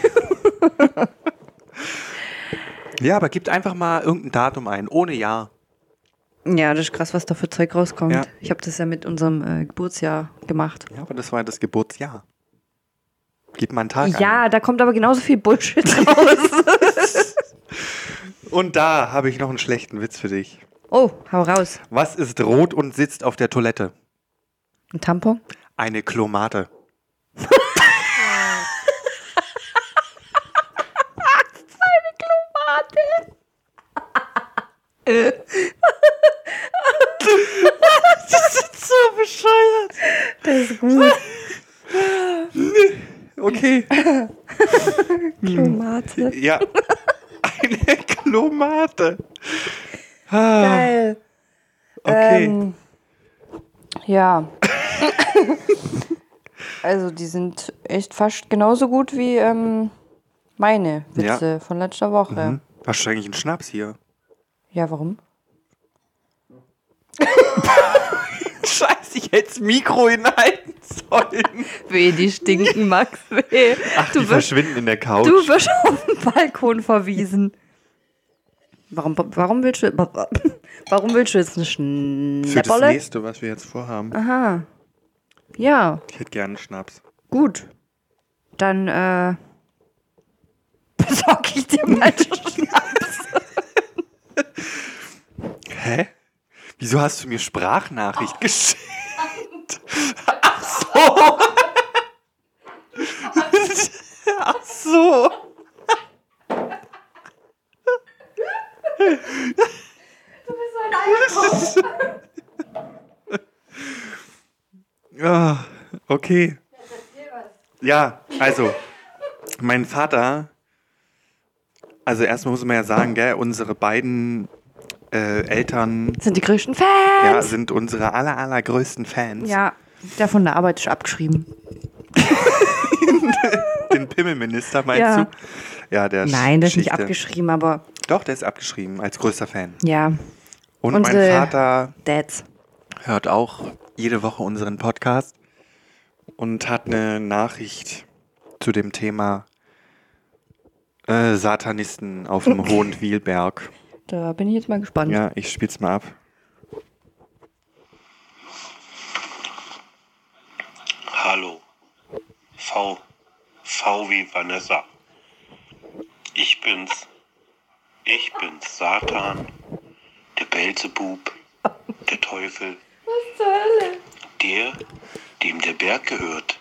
Speaker 1: ja, aber gebt einfach mal irgendein Datum ein, ohne Jahr.
Speaker 2: Ja, das ist krass, was da für Zeug rauskommt.
Speaker 1: Ja.
Speaker 2: Ich habe das ja mit unserem äh, Geburtsjahr gemacht.
Speaker 1: Ja, aber das war das Geburtsjahr. Gebt mal einen Tag
Speaker 2: Ja,
Speaker 1: ein.
Speaker 2: da kommt aber genauso viel Bullshit
Speaker 1: *laughs*
Speaker 2: raus.
Speaker 1: Und da habe ich noch einen schlechten Witz für dich.
Speaker 2: oh, hau raus.
Speaker 1: Was ist rot und sitzt auf der Toilette?
Speaker 2: Ein Tampon?
Speaker 1: Eine Klomate.
Speaker 2: Das ist gut.
Speaker 1: *laughs* Okay.
Speaker 2: Tomate.
Speaker 1: Ja. Eine Klomate. Ah,
Speaker 2: Geil.
Speaker 1: okay.
Speaker 2: Ähm, ja. *laughs* also die sind echt fast genauso gut wie ähm, meine Witze von letzter Woche.
Speaker 1: Hm? Hast du eigentlich einen Schnaps hier? *laughs*
Speaker 2: Ja, warum?
Speaker 1: Scheiße, ich hätte das Mikro hinhalten sollen.
Speaker 2: Weh, die stinken, Max. Weh.
Speaker 1: Ach, die verschwinden in der Couch.
Speaker 2: Du wirst auf den Balkon verwiesen. Warum, warum, willst, du, *laughs* warum willst du jetzt eine
Speaker 1: Für das
Speaker 2: Schnäpperle?
Speaker 1: nächste, was wir jetzt vorhaben.
Speaker 2: Aha. Ja,
Speaker 1: Ich hätte gerne einen Schnaps.
Speaker 2: gut. Dann äh, *laughs* besorge ich dir mal
Speaker 1: Hä? Wieso hast du mir Sprachnachricht geschickt? Ach so. Ach so. Ja, Ah, okay. Ja, also, mein Vater, also erstmal muss man ja sagen, gell, unsere beiden äh, Eltern
Speaker 2: sind die größten
Speaker 1: ja,
Speaker 2: Fans.
Speaker 1: sind unsere aller, allergrößten Fans.
Speaker 2: Ja, der von der Arbeit ist abgeschrieben.
Speaker 1: Den Pimmelminister meinst
Speaker 2: Ja.
Speaker 1: du? Ja, der
Speaker 2: Nein, der ist nicht
Speaker 1: Schichte.
Speaker 2: abgeschrieben, aber
Speaker 1: Doch, der ist abgeschrieben als größter Fan.
Speaker 2: ja,
Speaker 1: Und
Speaker 2: Unsere-
Speaker 1: mein Vater
Speaker 2: Dads.
Speaker 1: hört auch jede Woche unseren Podcast und hat eine Nachricht zu dem Thema äh, Satanisten auf
Speaker 2: *laughs*
Speaker 1: dem Hohen Wielberg.
Speaker 2: Da bin ich jetzt mal gespannt.
Speaker 1: Ja, ich spiel's mal ab.
Speaker 5: Hallo. V. V wie Vanessa. Ich bin's. Ich bin's Satan, der Belzebub, der Teufel. Was zur Hölle? Der, dem der Berg gehört.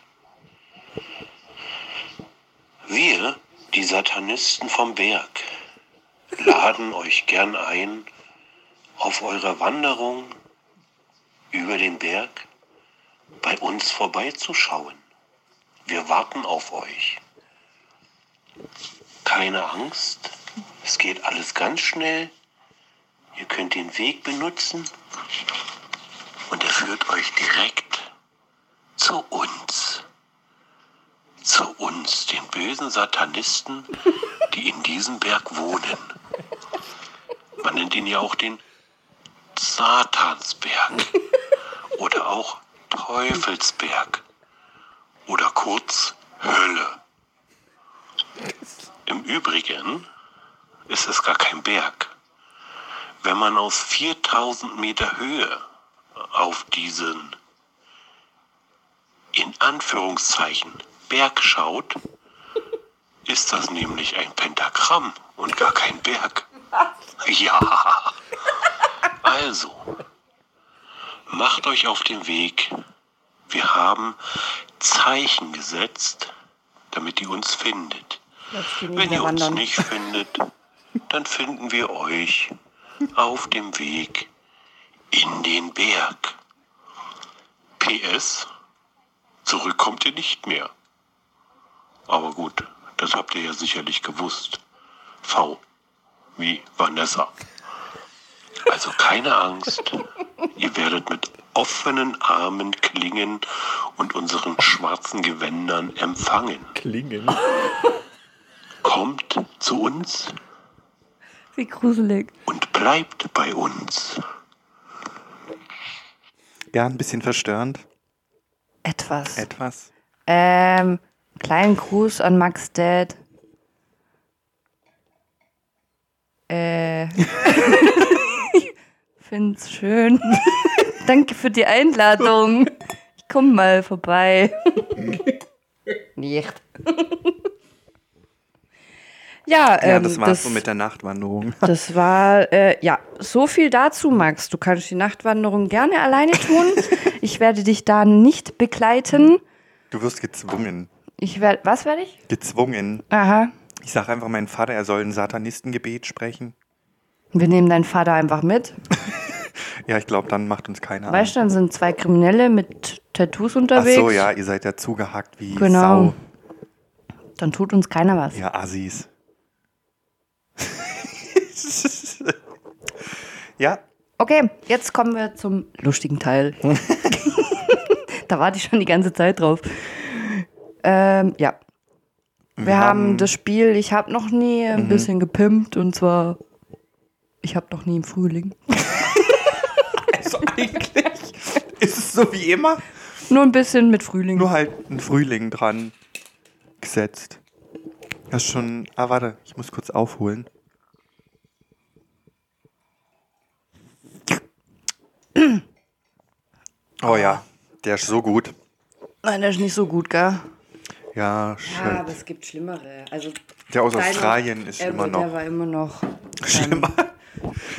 Speaker 5: Wir, die Satanisten vom Berg, laden euch gern ein auf eurer Wanderung über den Berg bei uns vorbeizuschauen. Wir warten auf euch. Keine Angst, es geht alles ganz schnell. Ihr könnt den Weg benutzen und er führt euch direkt zu uns. Zu uns, den bösen Satanisten, die in diesem Berg wohnen. Man nennt ihn ja auch den Satansberg oder auch Teufelsberg oder kurz Hölle. Im Übrigen ist es gar kein Berg. Wenn man aus 4000 Meter Höhe auf diesen in Anführungszeichen Berg schaut, ist das nämlich ein Pentagramm und gar kein Berg. Ja. Also, Macht euch auf den Weg. Wir haben Zeichen gesetzt, damit ihr uns findet. Wenn ihr uns nicht findet, dann finden wir euch auf dem Weg in den Berg. PS, zurück kommt ihr nicht mehr. Aber gut, das habt ihr ja sicherlich gewusst. V, wie Vanessa. Also keine Angst. Ihr werdet mit offenen Armen klingen und unseren schwarzen Gewändern empfangen.
Speaker 1: Klingen.
Speaker 5: Kommt zu uns
Speaker 6: Wie gruselig.
Speaker 5: und bleibt bei uns.
Speaker 1: Ja, ein bisschen verstörend.
Speaker 2: Etwas.
Speaker 1: Etwas.
Speaker 2: ähm, kleinen Gruß an Max Dad. Äh. *laughs* Find's schön. *laughs* Danke für die Einladung. Ich komm mal vorbei. *laughs* Nicht. *laughs* ja, ähm,
Speaker 1: Ja, das war's so mit der Nachtwanderung.
Speaker 2: Das war, äh, ja, so viel dazu, Max. Du kannst die Nachtwanderung gerne
Speaker 1: *laughs*
Speaker 2: alleine tun. Ich werde dich da nicht begleiten.
Speaker 1: Du wirst gezwungen.
Speaker 2: Ich werde, was werde ich?
Speaker 1: Gezwungen.
Speaker 2: Aha.
Speaker 1: Ich sage einfach meinem Vater, er soll ein Satanistengebet sprechen.
Speaker 2: Wir nehmen deinen Vater einfach mit.
Speaker 1: Ja, ich glaube, dann macht uns keiner an.
Speaker 2: Weißt du, dann sind zwei Kriminelle mit Tattoos
Speaker 1: Ach
Speaker 2: unterwegs.
Speaker 1: so, ja, ihr seid ja zugehackt wie Sau.
Speaker 2: Genau. Dann tut uns keiner was.
Speaker 1: Ja, Assis. *laughs* ja, *laughs*
Speaker 2: Okay, jetzt kommen wir zum lustigen Teil. *laughs* da warte ich schon die ganze Zeit drauf. Ähm, ja. Wir, haben, das Spiel, ich habe noch nie
Speaker 1: Mhm.
Speaker 2: ein bisschen gepimpt und zwar, ich habe noch nie im Frühling.
Speaker 1: Also eigentlich ist es so wie immer,
Speaker 2: Nur ein bisschen mit Frühling.
Speaker 1: nur halt ein Frühling dran gesetzt. Das ist schon. Ah, warte, ich muss kurz aufholen. Oh ja, der ist so gut.
Speaker 2: Nein, das ist nicht so gut, gell?
Speaker 1: Ja, schön.
Speaker 2: Ah, es gibt schlimmere. Also
Speaker 1: Der aus Australien ist immer
Speaker 2: Der
Speaker 1: noch
Speaker 2: war
Speaker 1: *laughs*
Speaker 2: immer noch
Speaker 1: schlimmer.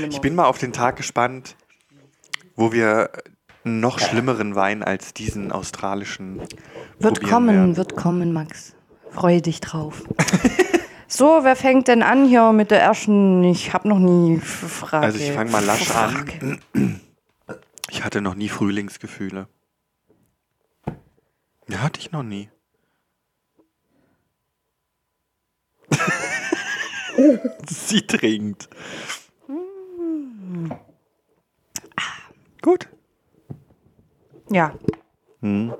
Speaker 1: Ich bin mal auf den Tag gespannt, wo wir einen noch schlimmeren Wein als diesen australischen
Speaker 2: Wird
Speaker 1: probieren
Speaker 2: kommen,
Speaker 1: werden.
Speaker 2: wird kommen, Max. Freue dich
Speaker 1: *laughs*
Speaker 2: drauf. so, wer fängt denn an hier mit der ersten? Ich habe noch nie F- Frage.
Speaker 1: Also ich fang mal lasch an. Ich hatte noch nie Frühlingsgefühle. Ja, hatte ich noch nie. *laughs* Sie trinkt. Gut.
Speaker 2: Ja.
Speaker 1: Hm.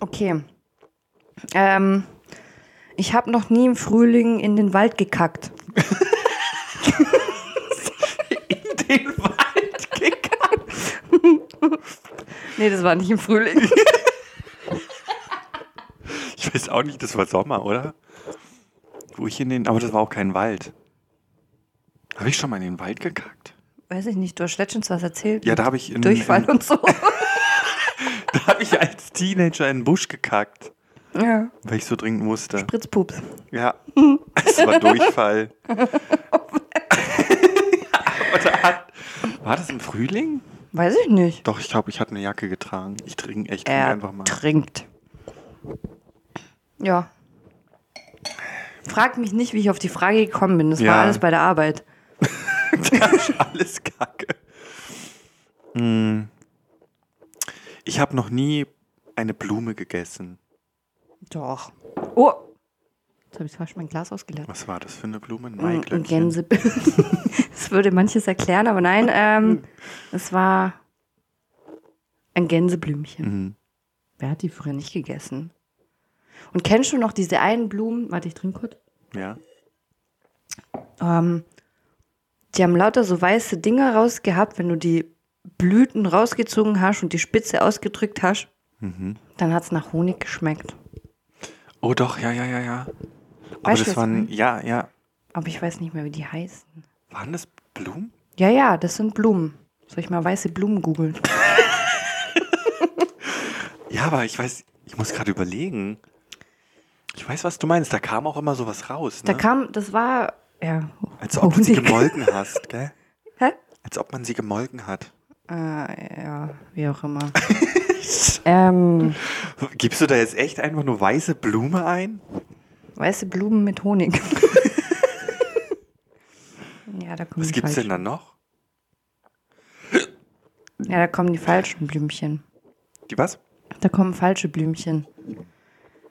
Speaker 2: Okay. Ähm, ich habe noch nie im Frühling in den Wald gekackt.
Speaker 1: Den Wald gekackt.
Speaker 2: Nee, das war nicht im Frühling.
Speaker 1: Ich weiß auch nicht, das war Sommer, oder? Wo ich in den, aber das war auch kein Wald. Habe ich schon mal in den Wald gekackt?
Speaker 2: Weiß ich nicht, du hast letztens was erzählt.
Speaker 1: Ja, da habe ich in,
Speaker 2: Durchfall
Speaker 1: in,
Speaker 2: und so.
Speaker 1: *laughs* da habe ich als Teenager in den Busch gekackt,
Speaker 2: ja.
Speaker 1: weil ich so dringend musste.
Speaker 2: Spritzpups.
Speaker 1: Ja. Es war Durchfall. *laughs* Oder hat, war das im Frühling?
Speaker 2: Weiß ich nicht.
Speaker 1: Doch, ich glaube, ich hatte eine Jacke getragen. Ich trinke echt
Speaker 2: Er
Speaker 1: einfach mal.
Speaker 2: trinkt. Ja. Frag mich nicht, wie ich auf die Frage gekommen bin. Das
Speaker 1: Ja.
Speaker 2: war alles bei der Arbeit.
Speaker 1: *laughs* Alles Kacke. Hm. Ich habe noch nie eine Blume gegessen.
Speaker 2: Doch. Oh. Jetzt habe ich falsch mein Glas ausgelassen.
Speaker 1: Was war das für eine Blume? Ein
Speaker 2: Mm, Ein
Speaker 1: Maiglöckchen.
Speaker 2: Gänse. *laughs* das würde manches erklären, aber nein. Ähm, es war ein Gänseblümchen.
Speaker 1: Mhm.
Speaker 2: Wer hat die früher nicht gegessen? Und kennst du noch diese einen Blumen? Warte, ich trinke kurz.
Speaker 1: Ja.
Speaker 2: Ähm, die haben lauter so weiße Dinger rausgehabt, wenn du die Blüten rausgezogen hast und die Spitze ausgedrückt hast,
Speaker 1: Mhm.
Speaker 2: dann hat es nach Honig geschmeckt.
Speaker 1: Oh doch, ja, ja, ja, ja. Aber
Speaker 2: Weißt du,
Speaker 1: das
Speaker 2: was
Speaker 1: waren,
Speaker 2: ich
Speaker 1: ja, ja.
Speaker 2: Aber ich weiß nicht mehr, wie die heißen.
Speaker 1: Waren das Blumen?
Speaker 2: Ja, ja, das sind Blumen. Soll ich mal weiße Blumen googeln?
Speaker 1: Ja, aber ich weiß, ich muss gerade überlegen. Ich weiß, was du meinst. Da kam auch immer sowas raus.
Speaker 2: Da
Speaker 1: ne?
Speaker 2: kam, das war, ja.
Speaker 1: Als ob du sie
Speaker 2: Honig.
Speaker 1: gemolken hast, gell?
Speaker 2: Hä?
Speaker 1: Als ob man sie gemolken hat.
Speaker 2: Äh, ja, wie auch
Speaker 1: *laughs*
Speaker 2: immer. ähm,
Speaker 1: Gibst du da jetzt echt einfach nur weiße Blume ein?
Speaker 2: weiße Blumen
Speaker 1: *laughs*
Speaker 2: mit Honig. ja, da kommen
Speaker 1: Was
Speaker 2: die
Speaker 1: gibt's denn
Speaker 2: falschen.
Speaker 1: da noch?
Speaker 2: Ja, da kommen die falschen Blümchen.
Speaker 1: Die was?
Speaker 2: Da kommen falsche Blümchen.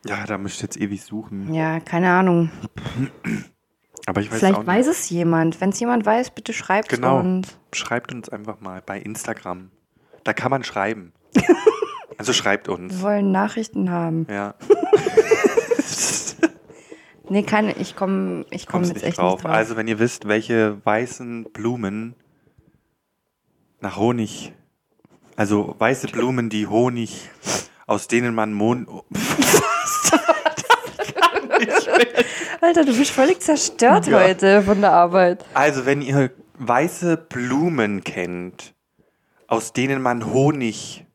Speaker 1: Ja, da müsst ihr jetzt ewig suchen.
Speaker 2: Ja, keine Ahnung.
Speaker 1: Aber ich weiß auch
Speaker 2: Vielleicht
Speaker 1: nicht.
Speaker 2: weiß es jemand. Wenn es jemand weiß, bitte schreibt es
Speaker 1: Genau.
Speaker 2: uns.
Speaker 1: Schreibt uns einfach mal bei Instagram. Da kann man
Speaker 2: *laughs*
Speaker 1: schreiben. also schreibt
Speaker 2: Wir
Speaker 1: uns.
Speaker 2: wollen Nachrichten haben.
Speaker 1: Ja,
Speaker 2: Nee, keine, ich komme ich komm
Speaker 1: kommst
Speaker 2: jetzt
Speaker 1: nicht,
Speaker 2: echt
Speaker 1: drauf.
Speaker 2: nicht drauf.
Speaker 1: Also wenn ihr wisst, welche weißen Blumen nach Honig, also
Speaker 2: *laughs*
Speaker 1: weiße Blumen, die Honig, aus denen man Mond...
Speaker 2: Alter, du bist völlig zerstört
Speaker 1: Ja.
Speaker 2: heute von der Arbeit.
Speaker 1: Also wenn ihr weiße Blumen kennt, aus denen man Honig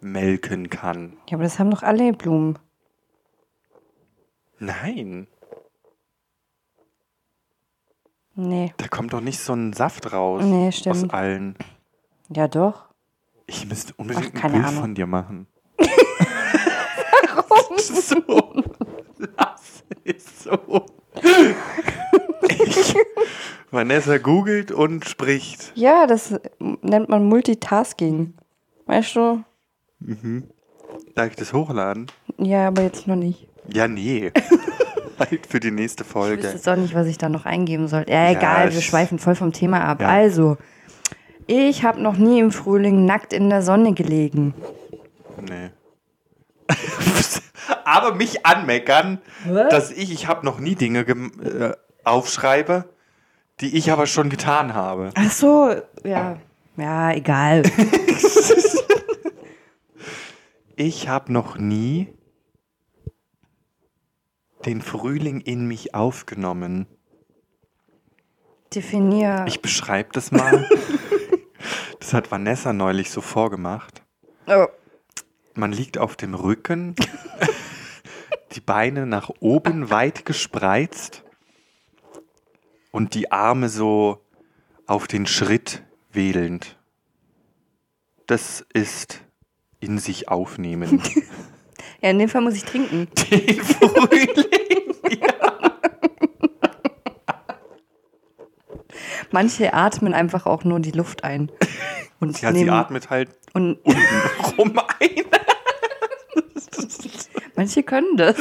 Speaker 1: melken kann.
Speaker 2: Ja, aber das haben doch alle Blumen.
Speaker 1: Nein,
Speaker 2: Nee.
Speaker 1: da kommt doch nicht so ein Saft raus.
Speaker 2: Nee,
Speaker 1: Aus
Speaker 2: stimmt.
Speaker 1: allen.
Speaker 2: Ja, doch.
Speaker 1: Ich müsste unbedingt
Speaker 2: Ach,
Speaker 1: ein
Speaker 2: keine
Speaker 1: Bild
Speaker 2: Ahnung.
Speaker 1: von dir machen. *laughs*
Speaker 2: *laughs*
Speaker 1: So. Ich, Vanessa googelt und spricht.
Speaker 2: Ja, das nennt man Multitasking. Weißt du?
Speaker 1: Darf ich das hochladen?
Speaker 2: Ja, aber jetzt noch nicht.
Speaker 1: Ja, nee. halt für die nächste
Speaker 2: Ich wüsste
Speaker 1: Folge.
Speaker 2: jetzt auch nicht, was ich da noch eingeben sollte. Ja, egal,
Speaker 1: es-
Speaker 2: wir schweifen voll vom Thema ab.
Speaker 1: Ja.
Speaker 2: Also, ich habe noch nie im Frühling nackt in der Sonne gelegen.
Speaker 1: Nee. *laughs* Aber mich anmeckern, dass ich, ich habe noch nie Dinge gem- äh, aufschreibe, die ich aber schon getan habe.
Speaker 2: Ach so, ja.
Speaker 1: *laughs*
Speaker 2: Ja, egal.
Speaker 1: Ich habe noch nie den Frühling in mich aufgenommen.
Speaker 2: Definier.
Speaker 1: Ich beschreibe das mal. *laughs* das hat Vanessa neulich so vorgemacht.
Speaker 2: oh,
Speaker 1: Man liegt auf dem *laughs* Rücken, die Beine nach oben weit gespreizt und die Arme so auf den Schritt wedelnd. Das ist in sich aufnehmen.
Speaker 2: ja, in dem Fall muss ich trinken.
Speaker 1: *laughs* Den Frühling.
Speaker 2: Manche atmen einfach auch nur die Luft ein. Und
Speaker 1: Ja, sie
Speaker 2: nehmen,
Speaker 1: atmet halt
Speaker 2: Und
Speaker 1: *laughs* unten rum ein.
Speaker 2: manche können das.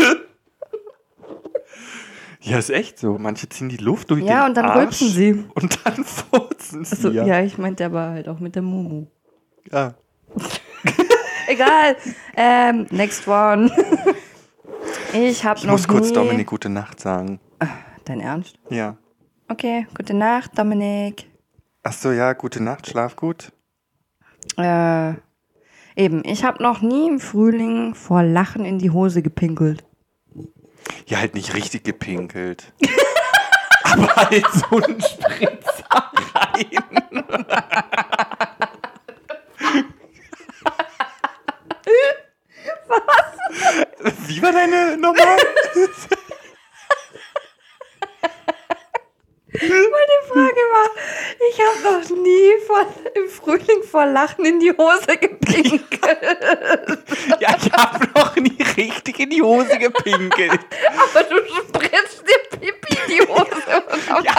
Speaker 1: Ja, ist echt so. Manche ziehen die Luft durch
Speaker 2: Ja,
Speaker 1: den
Speaker 2: und dann
Speaker 1: Arsch
Speaker 2: rülpsen sie.
Speaker 1: Und dann *laughs* furzen sie.
Speaker 2: Also, ja. ich meinte aber halt auch mit der Mumu.
Speaker 1: Ja.
Speaker 2: Egal. Ähm,
Speaker 1: *laughs*
Speaker 2: next one. Ich habe
Speaker 1: Ich
Speaker 2: noch
Speaker 1: muss kurz
Speaker 2: nie...
Speaker 1: Dominik gute Nacht sagen.
Speaker 2: Dein Ernst?
Speaker 1: Ja.
Speaker 2: Okay, gute Nacht, Dominik.
Speaker 1: Ach so, ja, gute Nacht, schlaf gut.
Speaker 2: Äh, eben, ich habe noch nie im Frühling vor Lachen in die Hose gepinkelt.
Speaker 1: Ja, halt nicht richtig
Speaker 2: *laughs*
Speaker 1: gepinkelt. Aber halt so ein Spritzer rein.
Speaker 2: *laughs*
Speaker 1: Was? Wie war deine Nummer?
Speaker 2: *laughs* Meine Frage war, ich habe noch nie vor, im Frühling vor Lachen in die Hose *laughs* gepinkelt.
Speaker 1: ja, ich habe noch nie richtig in die Hose gepinkelt.
Speaker 2: Aber du spritzt dir Pipi in die Hose. Und ja.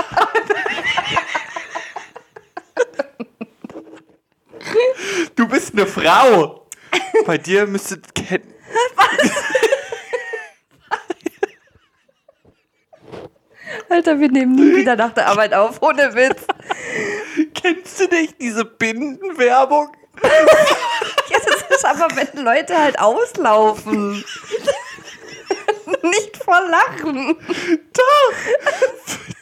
Speaker 1: Du bist eine Frau. Bei dir müsstet kennen.
Speaker 2: Alter, wir nehmen nie wieder nach der Arbeit auf, ohne Witz.
Speaker 1: Kennst du nicht diese Bindenwerbung?
Speaker 2: Ja, das ist aber, wenn Leute halt auslaufen. *laughs* Nicht vor Lachen. Doch.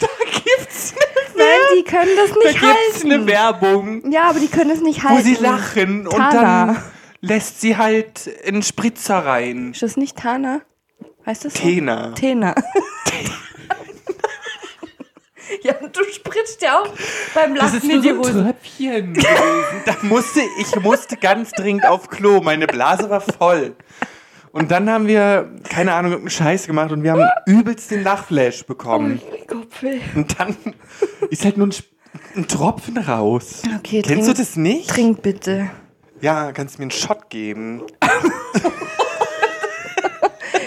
Speaker 1: Da gibt's eine,
Speaker 2: Nein, die können das
Speaker 1: da
Speaker 2: nicht
Speaker 1: gibt's
Speaker 2: halten.
Speaker 1: eine Werbung.
Speaker 2: ja, aber die können das nicht halten.
Speaker 1: Wo sie lachen und
Speaker 2: Tana.
Speaker 1: dann lässt sie halt einen Spritzer rein.
Speaker 2: Ist das nicht Tana? Heißt das so?
Speaker 1: Tena.
Speaker 2: Tena. *laughs* ja, und du spritzt ja auch beim Lachen in die Hose.
Speaker 1: Tröpfchen gewesen. *laughs* da musste, ich musste ganz dringend auf Klo. Meine Blase war voll. Und dann haben wir, keine Ahnung, irgendeinen Scheiß gemacht und wir haben übelst den Lachflash
Speaker 2: Oh,
Speaker 1: bekommen.
Speaker 2: Kopfweh.
Speaker 1: Und dann ist halt nur ein, Sp- ein Tropfen raus.
Speaker 2: Okay,
Speaker 1: Kennst
Speaker 2: trink-
Speaker 1: du das nicht?
Speaker 2: Trink Oh, bitte.
Speaker 1: Ja, kannst du mir einen Shot geben?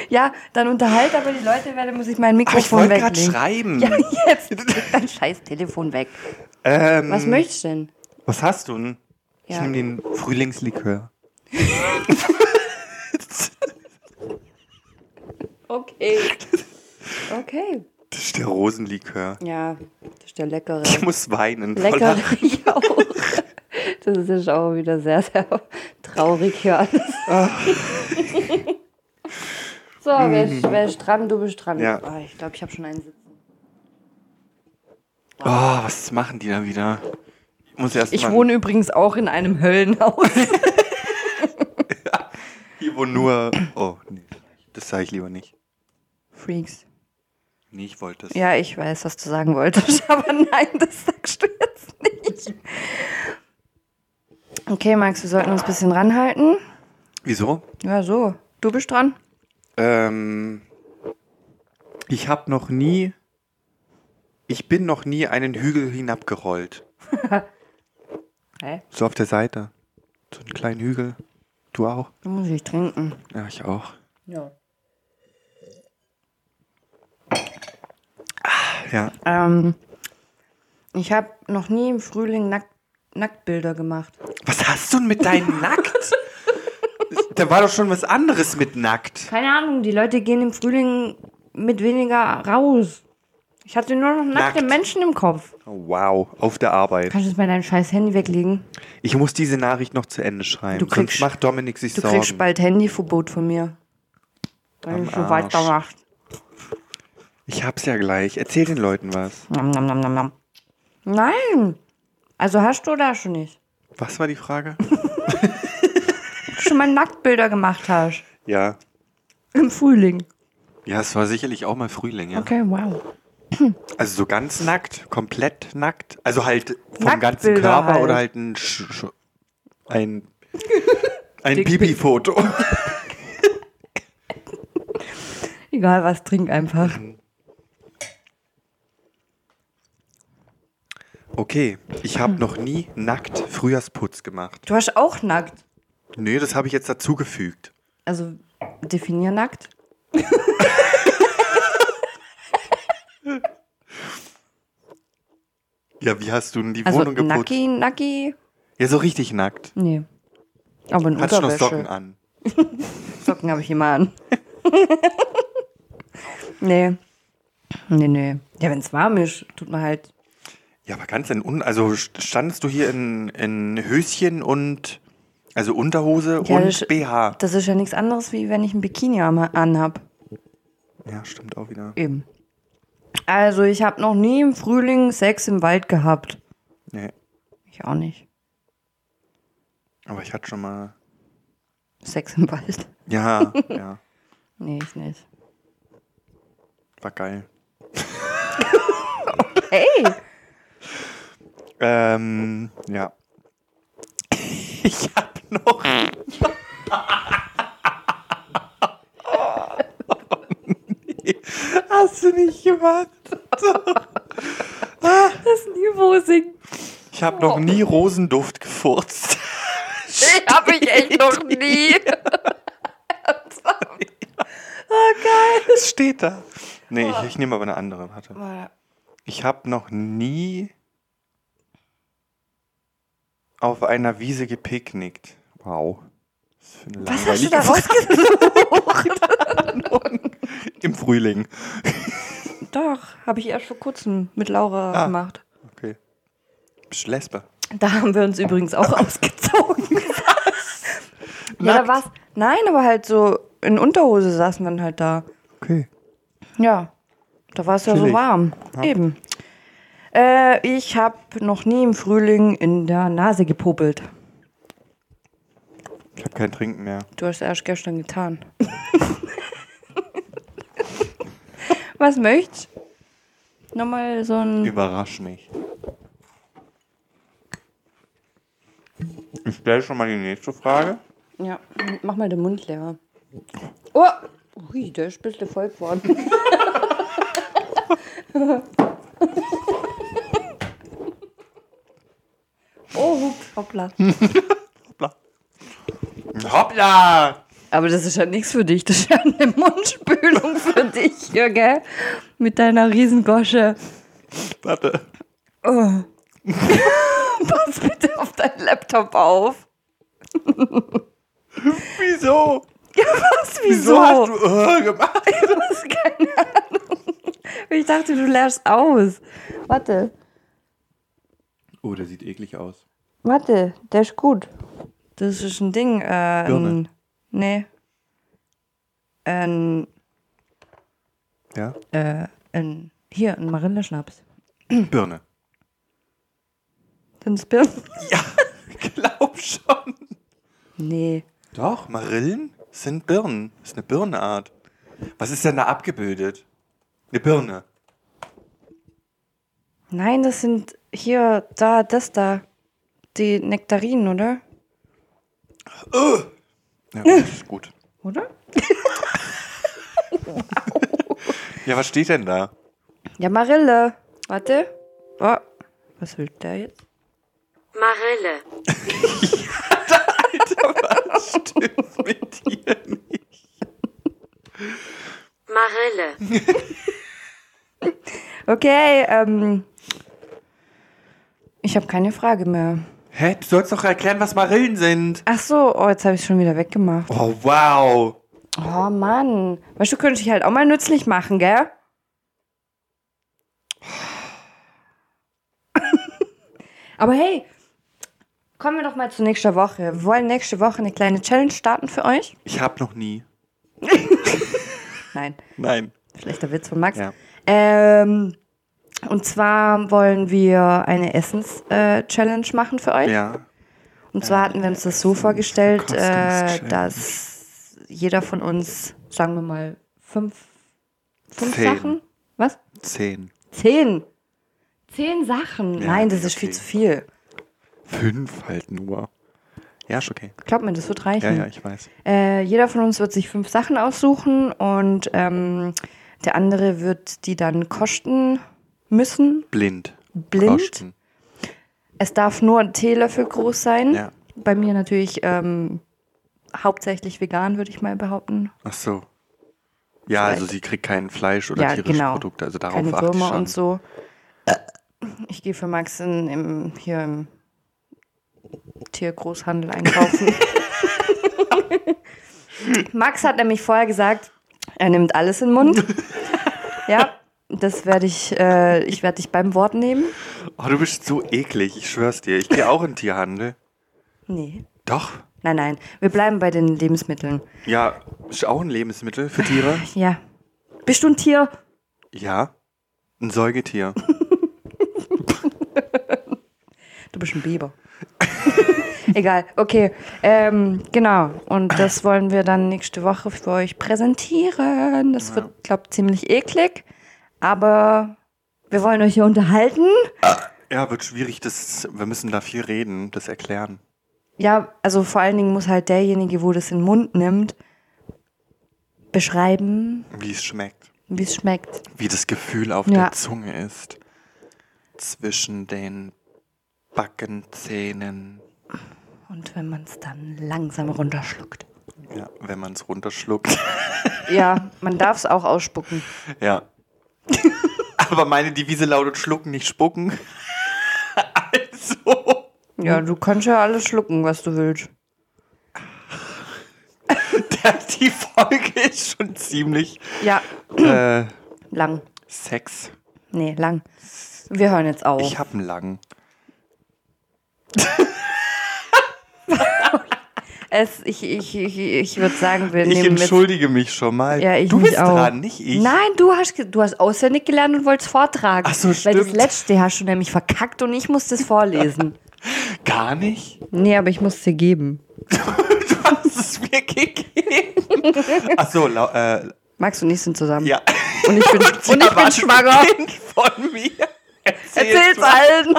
Speaker 2: Ja, dann unterhalt aber die Leute, weil dann muss ich mein
Speaker 1: Aber ich
Speaker 2: Mikrofon
Speaker 1: wollte gerade schreiben.
Speaker 2: weglegen. Ja, jetzt leg dein scheiß Telefon weg.
Speaker 1: Ähm,
Speaker 2: Was möchtest du denn?
Speaker 1: was hast du denn? Ich
Speaker 2: Ja.
Speaker 1: nehme den Frühlingslikör.
Speaker 2: Okay. Okay.
Speaker 1: Das der Rosenlikör.
Speaker 2: Ja, das ist der leckere.
Speaker 1: Ich muss weinen. vor
Speaker 2: *laughs* Lecker,
Speaker 1: Lachen.
Speaker 2: ich auch. Das ist jetzt auch wieder sehr, sehr traurig hier alles. so, wer ist, wer ist dran? Du bist dran.
Speaker 1: Ja.
Speaker 2: Ah, ich glaube, ich habe schon einen sitzen.
Speaker 1: Oh, was machen die da wieder? Ich muss erst
Speaker 2: Ich
Speaker 1: mal,
Speaker 2: wohne übrigens auch in einem Höllenhaus.
Speaker 1: Hier wohnen nur. Oh, nee. Das sage ich lieber nicht.
Speaker 2: *laughs* Freaks.
Speaker 1: Nee, ich wollte es.
Speaker 2: Ja, ich weiß, was du sagen wolltest, *laughs* aber nein, das sagst du jetzt nicht. Okay, Max, wir sollten uns ein bisschen ranhalten.
Speaker 1: Wieso?
Speaker 2: Ja, so. Du bist dran.
Speaker 1: Ähm, ich habe noch nie. Ich bin noch nie einen Hügel hinabgerollt.
Speaker 2: *laughs* Hä?
Speaker 1: So auf der Seite. So einen kleinen Hügel. Du auch?
Speaker 2: Da muss ich trinken.
Speaker 1: Ja, ich auch.
Speaker 2: Ja.
Speaker 1: Ah, Ja.
Speaker 2: Ähm, ich habe noch nie im Frühling Nack Nacktbilder gemacht.
Speaker 1: Was hast du denn mit
Speaker 2: *laughs*
Speaker 1: deinem Nackt? Da war doch schon was anderes mit nackt.
Speaker 2: Keine Ahnung, die Leute gehen im Frühling mit weniger raus. Ich hatte nur noch nackte
Speaker 1: Nackt.
Speaker 2: Menschen im Kopf.
Speaker 1: Oh, Wow, auf der Arbeit.
Speaker 2: Kannst du jetzt mal dein scheiß Handy weglegen?
Speaker 1: Ich muss diese Nachricht noch zu Ende schreiben.
Speaker 2: Du kriegst-
Speaker 1: sonst macht Dominik sich
Speaker 2: Du
Speaker 1: Sorgen.
Speaker 2: kriegst bald Handyverbot von mir. Weil
Speaker 1: Am
Speaker 2: du so
Speaker 1: Arsch.
Speaker 2: weitermachst.
Speaker 1: ich hab's ja gleich. Erzähl den Leuten was.
Speaker 2: Nom, nom, nom, nom, nom. Nein. Also hast du da schon nicht.
Speaker 1: Was war die Frage?
Speaker 2: Ob Du schon mal *laughs* Nacktbilder gemacht hast.
Speaker 1: *laughs* ja.
Speaker 2: Im Frühling.
Speaker 1: Ja, es war sicherlich auch mal Frühling, ja.
Speaker 2: Okay, wow.
Speaker 1: Also so ganz nackt, komplett nackt. Also halt vom
Speaker 2: Nacktbilder
Speaker 1: ganzen Körper
Speaker 2: halt.
Speaker 1: oder halt ein Sch Sch- *laughs* ein, ein Pipi-Foto.
Speaker 2: Egal was, trink einfach.
Speaker 1: Mhm. Okay, ich habe noch nie nackt Frühjahrsputz gemacht.
Speaker 2: Du hast auch nackt.
Speaker 1: Nee, das habe ich jetzt dazugefügt.
Speaker 2: Also definier nackt.
Speaker 1: Ja, wie hast du denn die
Speaker 2: Also
Speaker 1: Wohnung geputzt?
Speaker 2: nacki, nacki.
Speaker 1: Ja, so richtig nackt.
Speaker 2: Nee. Aber in
Speaker 1: Hattest du noch
Speaker 2: Unterwäsche.
Speaker 1: Socken an.
Speaker 2: Socken habe ich immer an. *laughs* nee. Nee, nee. Ja, wenn es warm ist, tut man halt.
Speaker 1: Ja, aber ganz in un also st- standest du hier in, in Höschen und also Unterhose
Speaker 2: Ja, das-
Speaker 1: und BH.
Speaker 2: Das ist ja nichts anderes, wie wenn ich ein Bikini am- anhab.
Speaker 1: Ja, stimmt auch wieder.
Speaker 2: Eben. Also, ich habe noch nie im Frühling Sex im Wald gehabt.
Speaker 1: Nee,
Speaker 2: Ich auch nicht.
Speaker 1: aber ich hatte schon mal.
Speaker 2: Sex im Wald. *laughs*
Speaker 1: Ja, ja,
Speaker 2: Nee, ich nicht.
Speaker 1: war geil.
Speaker 2: Hey!
Speaker 1: Ähm, ja. *laughs* Ich hab noch. Hast du nicht gemacht?
Speaker 2: Das Niveau *laughs* sinkt.
Speaker 1: Ich hab noch nie Rosenduft gefurzt. *laughs*
Speaker 2: Habe ich echt noch *laughs* nie.
Speaker 1: Das steht da. Nee, ich, ich nehme aber eine andere. Warte. Ich hab noch nie auf einer Wiese gepicknickt. Wow. Das ist eine
Speaker 2: Was hast du
Speaker 1: langweilige
Speaker 2: da
Speaker 1: Frage.
Speaker 2: rausgesucht?
Speaker 1: Im Frühling.
Speaker 2: Doch, habe ich erst vor kurzem mit Laura
Speaker 1: Ah.
Speaker 2: gemacht.
Speaker 1: Okay. Bist du Lesbe?
Speaker 2: Da haben wir uns übrigens auch *laughs* ausgezogen. ja, da
Speaker 1: Nackt?
Speaker 2: war's. Nein, aber halt so in Unterhose saßen wir dann halt da.
Speaker 1: Okay.
Speaker 2: Ja, da war es ja so
Speaker 1: Chillig.
Speaker 2: warm. Eben. Äh, ich habe noch nie im Frühling in der Nase gepopelt.
Speaker 1: Ich hab kein Trinken mehr.
Speaker 2: Du hast erst gestern *laughs* getan. Was möchtest? Nochmal so ein.
Speaker 1: Überrasch mich. Ich stelle schon mal die nächste Frage.
Speaker 2: Ja, mach mal den Mund leer. Oh! Ui, der ist ein bisschen voll geworden. *laughs* oh, hups, hoppla.
Speaker 1: Hoppla!
Speaker 2: Aber das ist ja nichts für dich. Das ist ja eine Mundspülung für dich hier, gell? Mit deiner Riesengosche.
Speaker 1: Warte.
Speaker 2: Pass bitte auf deinen Laptop auf.
Speaker 1: Wieso?
Speaker 2: Ja, was? Wieso?
Speaker 1: Wieso hast du äh, gemacht?
Speaker 2: Das ist keine Ahnung. Ich dachte, du lernst aus. Warte,
Speaker 1: Oh, der sieht eklig aus.
Speaker 2: warte, der ist gut. Das ist ein Ding. Äh,
Speaker 1: Birne.
Speaker 2: ein, nee. Ein,
Speaker 1: Ja?
Speaker 2: äh, ein, hier, ein Marillenschnaps.
Speaker 1: Birne.
Speaker 2: Sind es Birnen?
Speaker 1: Glaub schon.
Speaker 2: Nee.
Speaker 1: Doch, Marillen sind Birnen. Ist eine Birneart. Was ist denn da abgebildet? Eine Birne.
Speaker 2: Nein, das sind hier, da, das da. Die Nektarinen, oder?
Speaker 1: Ja, gut, ist gut.
Speaker 2: Oder?
Speaker 1: Ja, was steht denn da? *laughs*
Speaker 2: Ja, Marille. Warte. Oh, was will der jetzt?
Speaker 4: Marille.
Speaker 1: Stimmt mit dir nicht.
Speaker 4: Marille.
Speaker 2: Okay, ähm. Ich habe keine Frage mehr.
Speaker 1: Hä? Du sollst doch erklären, was Marillen sind.
Speaker 2: Ach so, oh, jetzt habe ich schon wieder weggemacht.
Speaker 1: Oh, wow.
Speaker 2: Oh Mann. Weißt du, könnte ich halt auch mal nützlich machen, gell? Aber hey, kommen wir doch mal zu nächster Woche. Wir wollen nächste Woche eine kleine Challenge starten für euch.
Speaker 1: Ich hab noch nie.
Speaker 2: Nein,
Speaker 1: Nein.
Speaker 2: schlechter Witz von Max.
Speaker 1: Ja.
Speaker 2: Ähm, und zwar wollen wir eine Essens-Challenge machen für euch.
Speaker 1: Ja.
Speaker 2: Und zwar hatten wir uns das so vorgestellt, äh,
Speaker 1: Verkostungschallenge.
Speaker 2: dass jeder von uns, sagen wir mal, fünf, fünf
Speaker 1: Zehn.
Speaker 2: Sachen? Was?
Speaker 1: Zehn.
Speaker 2: Zehn. Zehn Sachen.
Speaker 1: Ja,
Speaker 2: Nein, das ist
Speaker 1: okay.
Speaker 2: viel zu viel.
Speaker 1: Fünf halt nur. Ja, ist okay.
Speaker 2: Glaub mir, das wird
Speaker 1: Ja,
Speaker 2: reichen.
Speaker 1: ja, ich weiß.
Speaker 2: Äh, jeder von uns wird sich fünf Sachen aussuchen und ähm, der andere wird die dann kosten müssen.
Speaker 1: Blind.
Speaker 2: Blind?
Speaker 1: Kosten.
Speaker 2: Es darf nur ein Teelöffel groß sein.
Speaker 1: Ja.
Speaker 2: Bei mir natürlich ähm, hauptsächlich vegan, würde ich mal behaupten.
Speaker 1: Ach so. Ja, also sie kriegt kein Fleisch oder
Speaker 2: Ja,
Speaker 1: tierische
Speaker 2: genau.
Speaker 1: Produkte. Also darauf
Speaker 2: Keine
Speaker 1: achte ich
Speaker 2: Würmer
Speaker 1: schon.
Speaker 2: und so. Äh, Ich gehe für Max in, im, hier im
Speaker 1: *laughs*
Speaker 2: Tiergroßhandel einkaufen. Max hat nämlich vorher gesagt, er nimmt alles in den Mund. ja, das werde ich, äh, ich werde dich beim Wort nehmen.
Speaker 1: Oh, du bist so eklig, ich schwör's dir. Ich gehe auch in den Tierhandel.
Speaker 2: Nee.
Speaker 1: Doch.
Speaker 2: Nein, nein, wir bleiben bei den Lebensmitteln.
Speaker 1: Ja, ist auch ein Lebensmittel für Tiere.
Speaker 2: Ja. Bist du ein Tier?
Speaker 1: Ja. Ein Säugetier.
Speaker 2: Du bist ein Biber. *laughs* Egal, okay. Ähm, genau, und das wollen wir dann nächste Woche für euch präsentieren. Das wird, glaube ich, ziemlich eklig, aber wir wollen euch hier unterhalten.
Speaker 1: Ja, wird schwierig. Das, wir müssen da viel reden, das erklären.
Speaker 2: Ja, also vor allen Dingen muss halt derjenige, wo das in den Mund nimmt, beschreiben,
Speaker 1: Wie es schmeckt.
Speaker 2: wie es schmeckt.
Speaker 1: Wie das Gefühl auf
Speaker 2: Ja.
Speaker 1: der Zunge ist. Zwischen den Backenzähnen.
Speaker 2: Und wenn man es dann langsam runterschluckt.
Speaker 1: Ja, wenn man es runterschluckt. *laughs*
Speaker 2: Ja, man darf es auch ausspucken.
Speaker 1: ja. Aber meine Devise lautet schlucken, nicht spucken. *laughs* also.
Speaker 2: Ja, du kannst ja alles schlucken, was du willst.
Speaker 1: *laughs* Die Folge ist schon ziemlich
Speaker 2: Ja,
Speaker 1: äh,
Speaker 2: lang.
Speaker 1: Sex.
Speaker 2: Nee, lang. Wir hören jetzt auf.
Speaker 1: Ich hab einen langen.
Speaker 2: Es, ich ich, ich, ich würde sagen, wir
Speaker 1: Ich
Speaker 2: nehmen
Speaker 1: entschuldige mich schon mal.
Speaker 2: jetzt. Ja, ich
Speaker 1: du
Speaker 2: mich
Speaker 1: bist
Speaker 2: auch.
Speaker 1: dran, nicht ich.
Speaker 2: Nein, du hast, ge- du hast auswendig gelernt und wolltest vortragen.
Speaker 1: Ach so,
Speaker 2: Weil das
Speaker 1: stimmt.
Speaker 2: letzte hast du nämlich verkackt und ich musste
Speaker 1: *laughs*
Speaker 2: es vorlesen.
Speaker 1: Gar nicht? *laughs*
Speaker 2: nee, aber ich muss es dir geben.
Speaker 1: Du hast es mir gegeben. Ach so, lau- äh,
Speaker 2: Max und ich sind zusammen.
Speaker 1: *laughs* ja.
Speaker 2: *laughs* Und ich bin, und ich
Speaker 1: Aber
Speaker 2: bin
Speaker 1: ein
Speaker 2: schwanger.
Speaker 1: Kind von mir. *laughs*
Speaker 2: Erzähl's allen.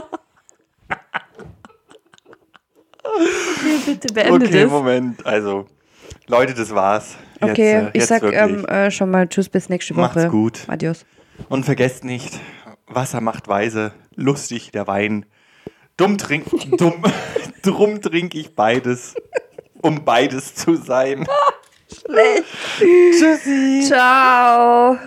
Speaker 2: Okay, bitte beende
Speaker 1: Okay,
Speaker 2: das.
Speaker 1: Moment. Also, Leute, das war's. Jetzt,
Speaker 2: Okay,
Speaker 1: äh,
Speaker 2: ich
Speaker 1: jetzt
Speaker 2: sag
Speaker 1: wirklich.
Speaker 2: ähm, äh, schon mal Tschüss bis nächste Woche.
Speaker 1: Macht's gut.
Speaker 2: Adios.
Speaker 1: Und vergesst nicht, Wasser macht weise, lustig der Wein. Dumm trink, dumm, *laughs* drum trinke ich beides, um beides zu sein.
Speaker 2: Ciao.